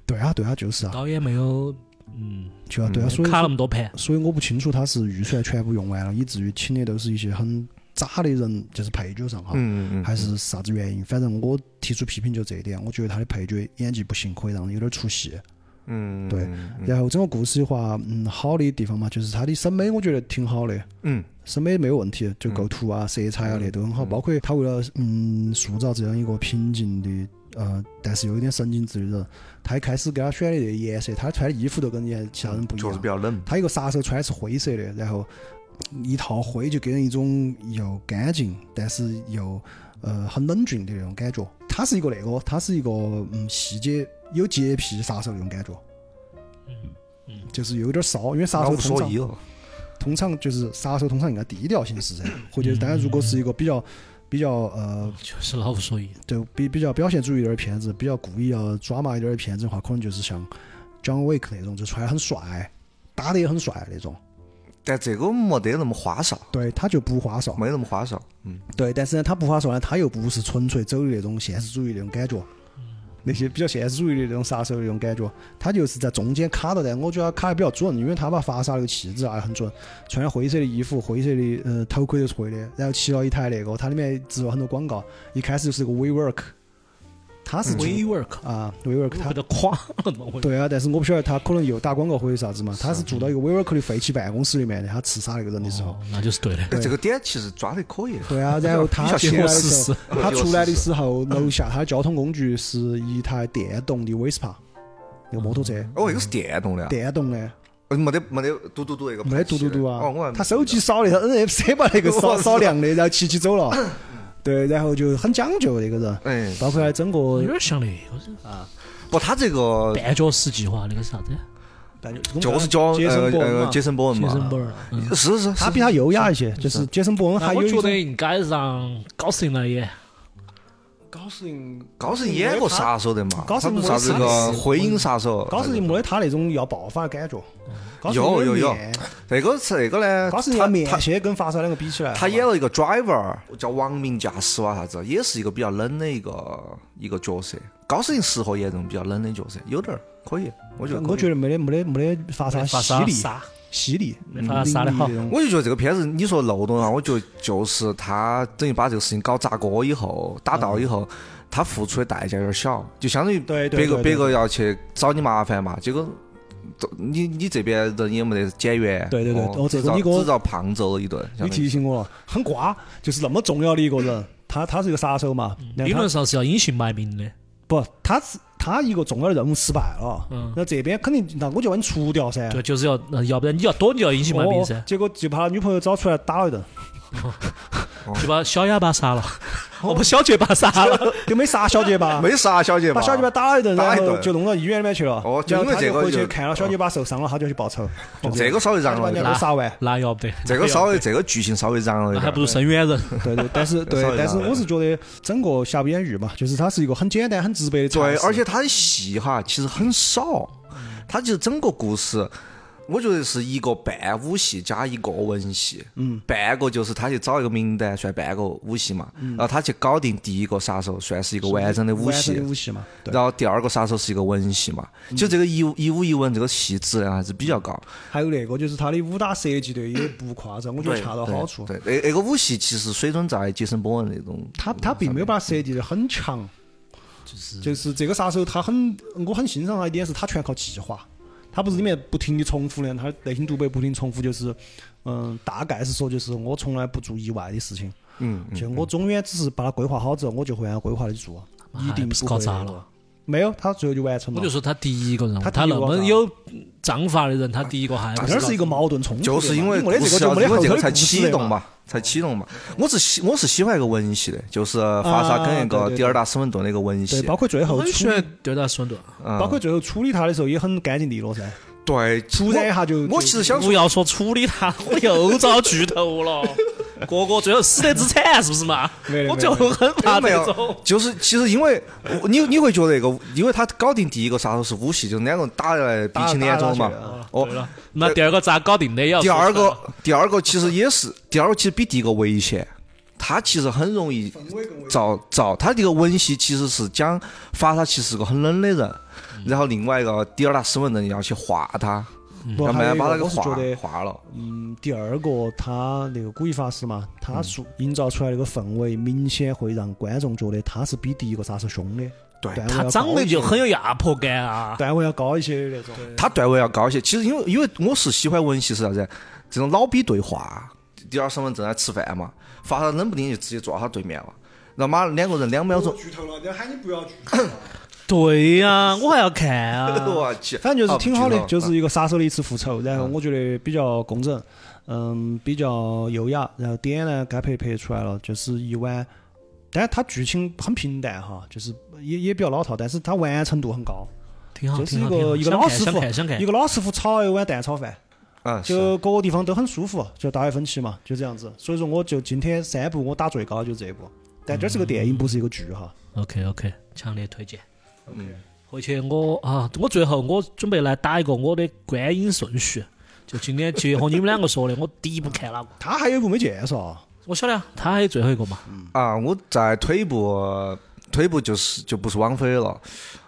对啊，对啊，就是啊，导演没有嗯就啊，对啊，所以卡那么多盘，所以我不清楚他是预算全部用完了，以至于请的都是一些很渣的人，就是配角上哈。嗯嗯嗯，还是啥子原因？反正我提出批评就这一点，我觉得他的配角演技不行，可以让人有点出戏。嗯，对嗯然后整个故事的话，嗯，好的地方嘛，就是它的审美我觉得挺好的，嗯，审美没有问题，就构图啊、色彩啊那都很好，包括他为了嗯塑造这样一个平静的。呃，但是又有点神经质的人，他一开始给他选的那颜色，他穿的衣服都跟人家其他人不一就是样比。较冷，他一个杀手穿的是灰色的，然后一套灰就给人一种又干净，但是又呃很冷峻的那种感觉。他是一个那个，他是一个嗯细节有洁癖杀手那种感觉。嗯就是有点骚，因为杀老手无通所依常了，通常就是杀手通常应该低调行事噻，或者当然如果是一个比较比较呃就是老无所依。就比比较表现主义一点的片子，比较故意要抓马一点的片子的话，可能就是像 John Wick 那种，就穿得很帅，打得也很帅那种。但这个没得那么花哨，对，他就不花哨。没那么花哨，嗯，对，但是呢，他不花哨呢，他又不是纯粹走的那种现实主义那种感觉，那些比较现实主义的那种杀手的那种感觉，他就是在中间卡到的。我觉得他卡的比较准，因为他把法鲨那个气质啊很准，穿了灰色的衣服，灰色的呃头盔都是灰的，然后骑了一台那个，它里面植了很多广告，一开始就是个 WeWork，他是做 WeWork，啊 WeWork 他他。都垮了嘛，我对啊，但是我不晓得他可能又打广告或者啥子嘛，他是住到一个 WeWork 的废弃办公室里面的，他刺杀那个人的时候哦，，那就是对的。哎这个点其实抓得可 <laughs> 以，对啊，然后他比出较现来的实时候，嗯他出来的比较现实时候，楼下他的交通工具是一台电动的 Vespa，那个摩托车，嗯哦，这个是电动的啊，电动的，呃没得没得嘟嘟嘟那个，没得嘟嘟嘟哦，我还啊。没他手机烧的，他 <laughs> NFC 把那个我烧知道烧亮的，然后骑起走了。对，然后就很讲究那个人，哎，包括他整个有点像那个是不，他这个绊脚石计啊划，那个是啥子？就是叫杰森呃伯恩呃嘛杰森伯恩杰啊嘛森，伯尔。嗯是是，他是比他优雅一些，就是杰森·伯恩还那有我一觉种得应该让高盛来演。高适应，高盛演过杀手的嘛，高他盛不是啥子没那个杀死灰影杀手，高适应没得他那种要爆发的感觉。高适应有有有面这个是那个呢，高适应要面他他些跟发烧两个比起来，他演了一个 driver，叫王明驾驶哇啥子，也是一个比较冷的一个一个角色。高适应适合演这种比较冷的角色，有点儿可以，我觉得可嗯以。我觉得没得没得没得发烧发犀杀利。杀，犀利，没法杀得好凌厉那种我就觉得这个片子，你说漏洞啊，我觉得就是他等于把这个事情搞砸锅以后，打到以后，他付出的代价有点小，就相当于嗯对对别个对对别个要去找你麻烦嘛，结果都你你这边人也没得减员，对对对哦哦这只个你遭给我只遭胖揍了一顿，相你当于提醒我了，很瓜，就是那么重要的一个人，他他是一个哎杀手嘛，然理后论他上是要隐姓埋名的。不，他是他一个重要的任务失败了，嗯那这边肯定那我就把你除掉噻，对，就是要，呃要不然你要躲，你就要隐姓埋名噻哦，结果就把他女朋友找出来打了一顿，哦就把小哑巴杀了， <laughs> 我把小结巴杀了， <laughs> 就没杀小结巴， <laughs> 没杀小结巴，把小结巴打了一顿，打然一顿后就弄到医院里面去了。哦就然因后为他这就个回就哦去看了小结巴受伤了，他就去报仇。就这个稍微他让就把了一人点家给杀完。那要不得，这个稍微这个剧情稍微嚷了一那点，还不如生远人。对对，但 <laughs> 是对稍，微但是让了我是觉得整个《瑕不掩瑜》嘛，就是它是一个很简单、很直白的尝对，试而且他的戏哈其实很少，他其实整个故事，我觉得是一个半武戏加一个文戏，嗯，半个就是他去找一个名单，算半个武戏嘛，然后他去搞定第一个杀手，算是一个完整的武完整戏的。武器嘛，对，然后第二个杀手是一个文戏嘛，就这个一一武一文这个戏质量还是比较高，还有那个就是它的武打设计对也不夸张，我觉得恰到好处。对，对那那个武戏其实水准在杰森·波恩那种，他他并没有把设计的很强，就是这个杀手他很，我很欣赏他一点是他全靠计划，他不是里面不停的重复的，他内心独白不停地重复就是，嗯，大概是说就是我从来不做意外的事情，嗯，嗯就我永远只是把它规划好之后，我就会按规划的做，一定不是不哎搞会砸了。没有，他最后就完成我了就。说他第一个人物，他第他一个那么有章法的人，他第一个还不那儿是一个矛盾冲突的嘛，嗯就是啊因为你没得故这事个就要没因得后为这头的个才故事启的动嘛。嘛，才启动嘛。我是喜我是喜欢一个文戏的，就是法沙跟一啊对个对迪尔达斯文顿那个文对，戏，包括最后我很喜处理，欢丢达斯文顿。嗯包括最后处理他的时候也很干净利落噻，对，突然一下就我我其实想不说，要说处理他， <laughs> 我又遭剧 <laughs> 透了。哥哥最后死得之惨，是不是嘛没得？我就很怕这没有种，。 <laughs> 就是其实因为我你你会觉得那个，因为他搞定第一个杀手是武戏，就是两个人打来鼻青脸肿嘛打打下。啊哦对，了那第二个咋搞定的？也要第说二出来个第二个其实也是， <laughs> 第二个其实比第一个危险。他其实很容易造造，他这个文戏其实是讲法沙其实是个很冷的人，然后另外一个迪尔达斯文人要去化他，嗯不要还慢有慢一把他个给我是化觉得化了。嗯，第二个他那个古一法师嘛，他塑营造出来那个氛围，明显会让观众觉得他是比第一个杀手凶的，对段位他要长高得一就些很有压迫感啊。段位要高一些的那种。他段位要高一些。其实因为因为我是喜欢文戏是啥子？这种老逼对话，第二身份正在吃饭嘛，发他冷不丁就直接坐到他对面了，然后妈两个人两秒钟，剧透了，人家喊你不要剧对呀、我还要看 <laughs> <laughs> 啊。我去，反正就是挺好的啊，就是一个杀手的一次复仇，然后嗯我觉得比较工整，嗯，比较优雅，然后点呢该拍拍出来了，就是一碗，但是它剧情很平淡哈，就是也也比较老套，但是它完成度很高，挺好，就是挺一好，挺好个一个想老看师想傅看，想看一。个老师傅炒一碗蛋炒饭，嗯，是就各个地方都很舒服，就大家分歧嘛，就这样子。所以说，我就今天三部我打最高就这一部，但这是个电影，不是一个剧哈。 OK OK，强烈推荐。嗯回去我啊，我最后我准备来打一个我的观影顺序，就今天结合你们两个说的，我第一部看哪个？他还有一部没介绍，我晓得啊，他还有最后一个嘛，啊，我再推一部，推一部就是就不是王菲了，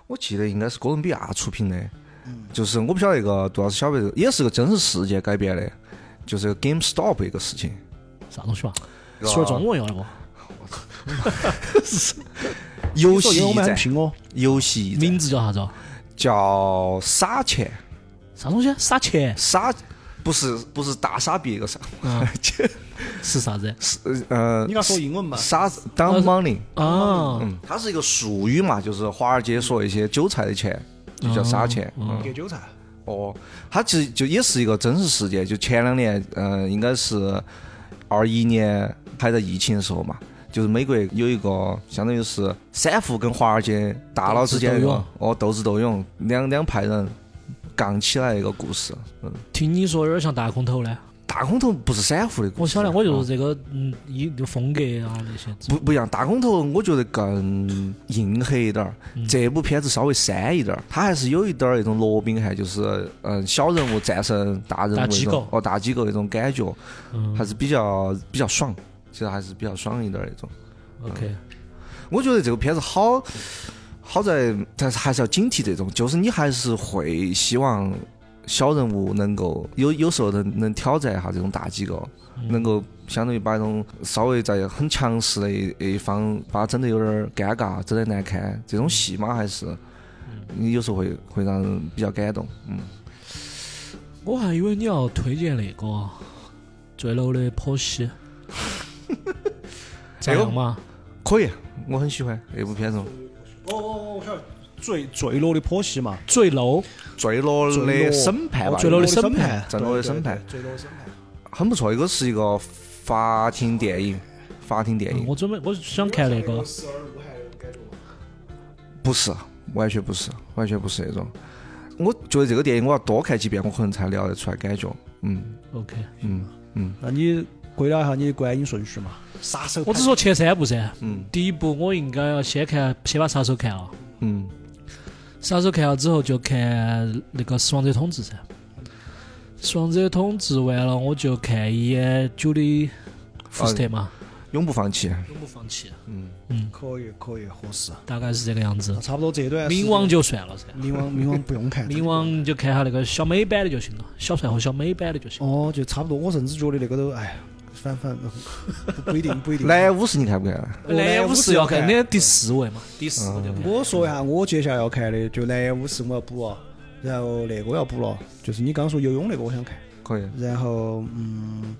我记得应该是哥伦比亚出品的，就是我不晓得一个杜老师晓不晓得，也是个真实事件改编的，就是 GameStop 一个事情。啥东西嘛？说中文要哦得不？游所以戏我驿们很站，拼哦。游戏驿站名字叫啥子哦？叫撒钱，啥东西？撒钱撒不是不是大傻逼一个撒，是啥子？是呃你给他说英文嘛？撒 down money，啊，嗯，它是一个术语嘛，就是华尔街说一些韭菜的钱就叫撒钱，嗯割韭菜，哦，它其实就也是一个真实事件，就前两年，嗯、应该是二一年还在疫情的时候嘛，就是美国有一个相当于是散户跟华尔街大佬之间的斗智一斗个勇哦斗智斗勇，两两派人杠起来一个故事，嗯。听你说有点像大空头呢。大空头不是散户的故事，我晓得，我就嗯是啊这个嗯，一个风格啊那些。不不一样，大空头我觉得更硬核一点儿，嗯这部片子稍微煽一点儿，它还是有一点儿那种罗宾汉，就是嗯小人物战胜大人物大那机种构哦大机构那种感觉，嗯还是比较比较爽，其实还是比较爽一点儿那种。 ，OK，我觉得这个片子好，好在但是还是要警惕这种，就是你还是会希望小人物能够有有时候能能挑战一下这种大机构，嗯能够相当于把这种稍微在很强势的一一方，把它整得有点儿尴尬，整得难看，这种戏嘛还是你有时候会会让人比较感动，嗯。我还以为你要推荐那个坠楼的剖 <laughs> 析，咋样嘛？可以，我很喜欢那部片子。哦哦，我晓得，坠坠落的剖析嘛，坠楼坠落的审判吧，坠落的审判，坠落的审判坠落的审判，很不错，一个是一个法庭电影，法庭电嗯影我准备我想看那个，不是，完全不是，完全不是那种。我觉得这个电影我要多看几遍，我可能才聊得出来感觉。嗯 OK，嗯嗯那你归纳一下你的观影顺序嘛？杀手，我只说前三部噻。嗯第一部我应该要先看，先把杀手看啊了，嗯，杀手看了之后就看那个死亡者统治噻。死亡者统治完了，我就看一眼朱莉福斯特嘛，永不放弃。永不放弃，嗯，可以可以合适，大概是这个样子那。差不多这段时间冥王就算了噻，冥王冥王不用看，冥王就看下那个小美版的就行了，小帅和小美版的就行。哦，就差不多。我甚至觉得那个都，哎，反反不不一定不一定。莱五十你看不啊看？哦莱莱芜芜是是要要看看那第四位嘛，嗯第四位就看。我说一下，我接下来要看的就《蓝眼五十》，我要补了，然后那个要补了，就是你刚说游泳那个，我想看。可以。然后，嗯，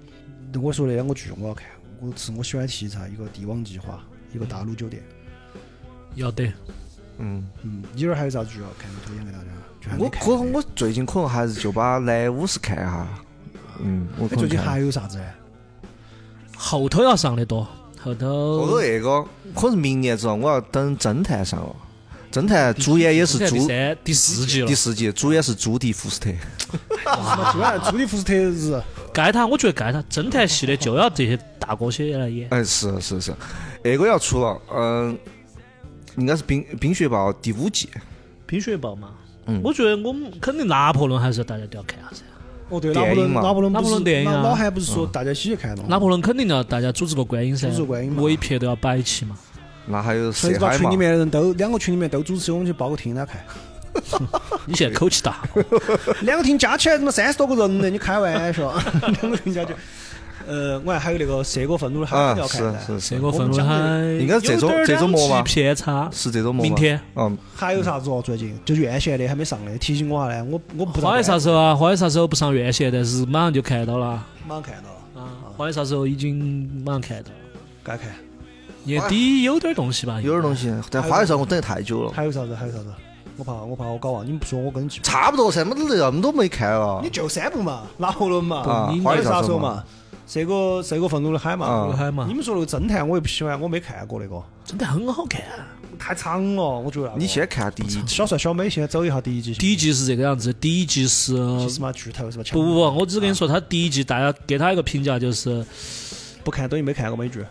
我说那两个剧我要看，我是我喜欢的题材，一个《帝王计划》，一个《大陆酒店》。要得，嗯，嗯，你那儿还有啥剧要看？推荐给大家。就还没我看可的我最近可能还是就把莱五十看一下。嗯，我哎可最能近看还有啥子呢？后头要上的多，后后头头那个可能明年之后我要等侦探上了。侦探主演也是第朱三、第四季了第。四季，主演是朱迪福斯特。基本上朱迪福斯特日，该他，我觉得该他，侦探系的就要这些大哥些来演。哎，是是是，那个要出了，嗯、应该是冰《冰雪暴》第五季。冰雪暴嘛，嗯我觉得我们肯定拿破仑还是大家都要看下噻。哦对，拿电破仑，影嘛拿破仑不拿破是仑电影啊老老韩不是说大家一起去看的吗？拿破仑肯定要大家组织个观影噻，嗯组织观影嘛每一撇都要摆起嘛。那还有所以谁就把海群嘛里？面的人都两个群里面都主持，我们去包个厅来看。你现在口气大，两个厅加起来他妈三十多个人呢，你开玩笑？两个厅加起来，呃，我看还有那个《涉过愤怒的海》啊，要看是的，是这是，个氛围还应该是这种有点儿这种模吧两极偏差。是这种模吗明，天嗯，还有啥子哦？最近就院线的还没上的，提醒我下呢，我我不花有月杀手啊，花月杀手不上院线，但是马上就看到了。马上看到了，啊，花月杀手已经马上看到了，该看。年底有点东西吧？有点东西，但花月上我等得太久了，还有啥子？还有啥子？我怕我怕我搞忘，你们不说我跟你记不住。差不多噻，么都那么多没看了你。就三部嘛，拿破仑嘛，啊，还花有月杀杀手手嘛，，涉过涉过愤怒的海有嘛啊。海嘛你，们说那个侦探我又不喜欢，我没看过那个，真的很好看啊。太长了，我觉得那个。你先看第一集，小帅小美先走一下第一集，第一季是这个样子，第一季是其实嘛剧透是吧？不不不，我只是跟你说，他第一季大家给他一个评价就是 <laughs> 不看等于没看过美剧，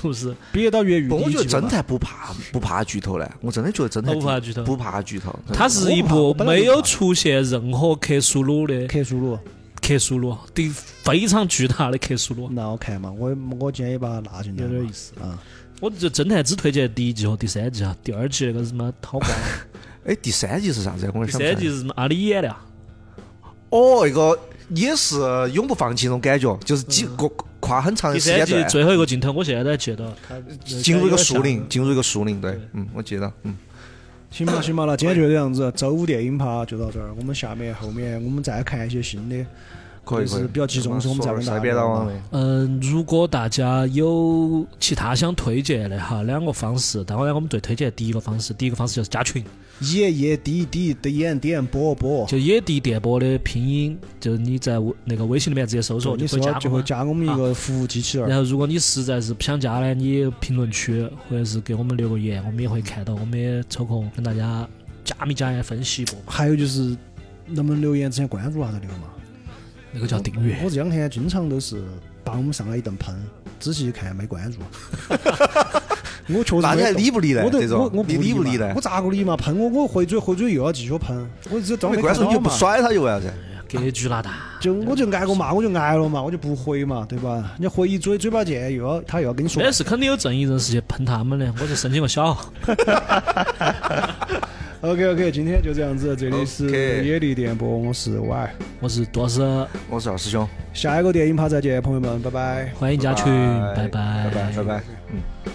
不是毕业到越狱不，第我一觉得季嘛。侦探不怕不怕剧透嘞，我真的觉得侦他探不怕剧透不怕剧透。它是一我部本来就没不怕有出现任何克苏鲁的克苏鲁，克苏鲁的非常巨大的克苏鲁，那我看嘛，我我今天也把它纳进来有了，点意思啊。我就侦探只推荐第一季和第三季啊，第二季那个是什么 <laughs> 掏光，哎，第三集是啥子？我第想不起来三季是什么阿里演的啊，哦，一个也是永不放弃那种感觉，就是几个跨很长嗯第的时三间季段，最后一个镜头我现在都还记得，进入一个树林，进入一个树林，对，嗯，我记得，嗯，行吧，行吧，那今天就这样子，周五电影趴就到这儿，我们下面后面我们再看一些新的，可以就是可以，比较集中的时候我们再跟大家随便到聊嘛网位嗯，如果大家有其他想推荐的哈，两个方式，当然我们最推荐第一个方式，第一个方式就是加群，夜夜滴滴的眼点播播，就野地电波的拼音，就是你在微那个微信里面直接搜索你就可以说加啊就我会们啊加我们一个服务机器人然，后，如果你实在是不想加呢，你评论区或者是给我们留个言，我们也会看到，我们也抽空跟大家加米加言分析一波嘛。还有就是能不能留言之前关注下再留嘛。那个叫订阅，我这两天经常都是把我们上来一顿喷，仔细一看没关注。 <laughs> 我确实那你还没理不理呢？我都这我种我你理不不理呢我？咋个理嘛？喷我，我回嘴回嘴又要继续喷，我这装没看关注你到就不嘛。甩他就完了噻。格局拉大。就我就挨个骂，我就挨了嘛，我就不回嘛，对吧？你回一嘴嘴巴贱，又要他又要跟你说但，是肯定有正义人士去喷他们的，我就申请个小号。 OK OK，今天就这样子，这里是 OK 野地电波，我是 Y，我是多师，我是二师兄，下一个电影趴再见，朋友们，拜拜。欢迎加群，拜拜拜拜拜。嗯。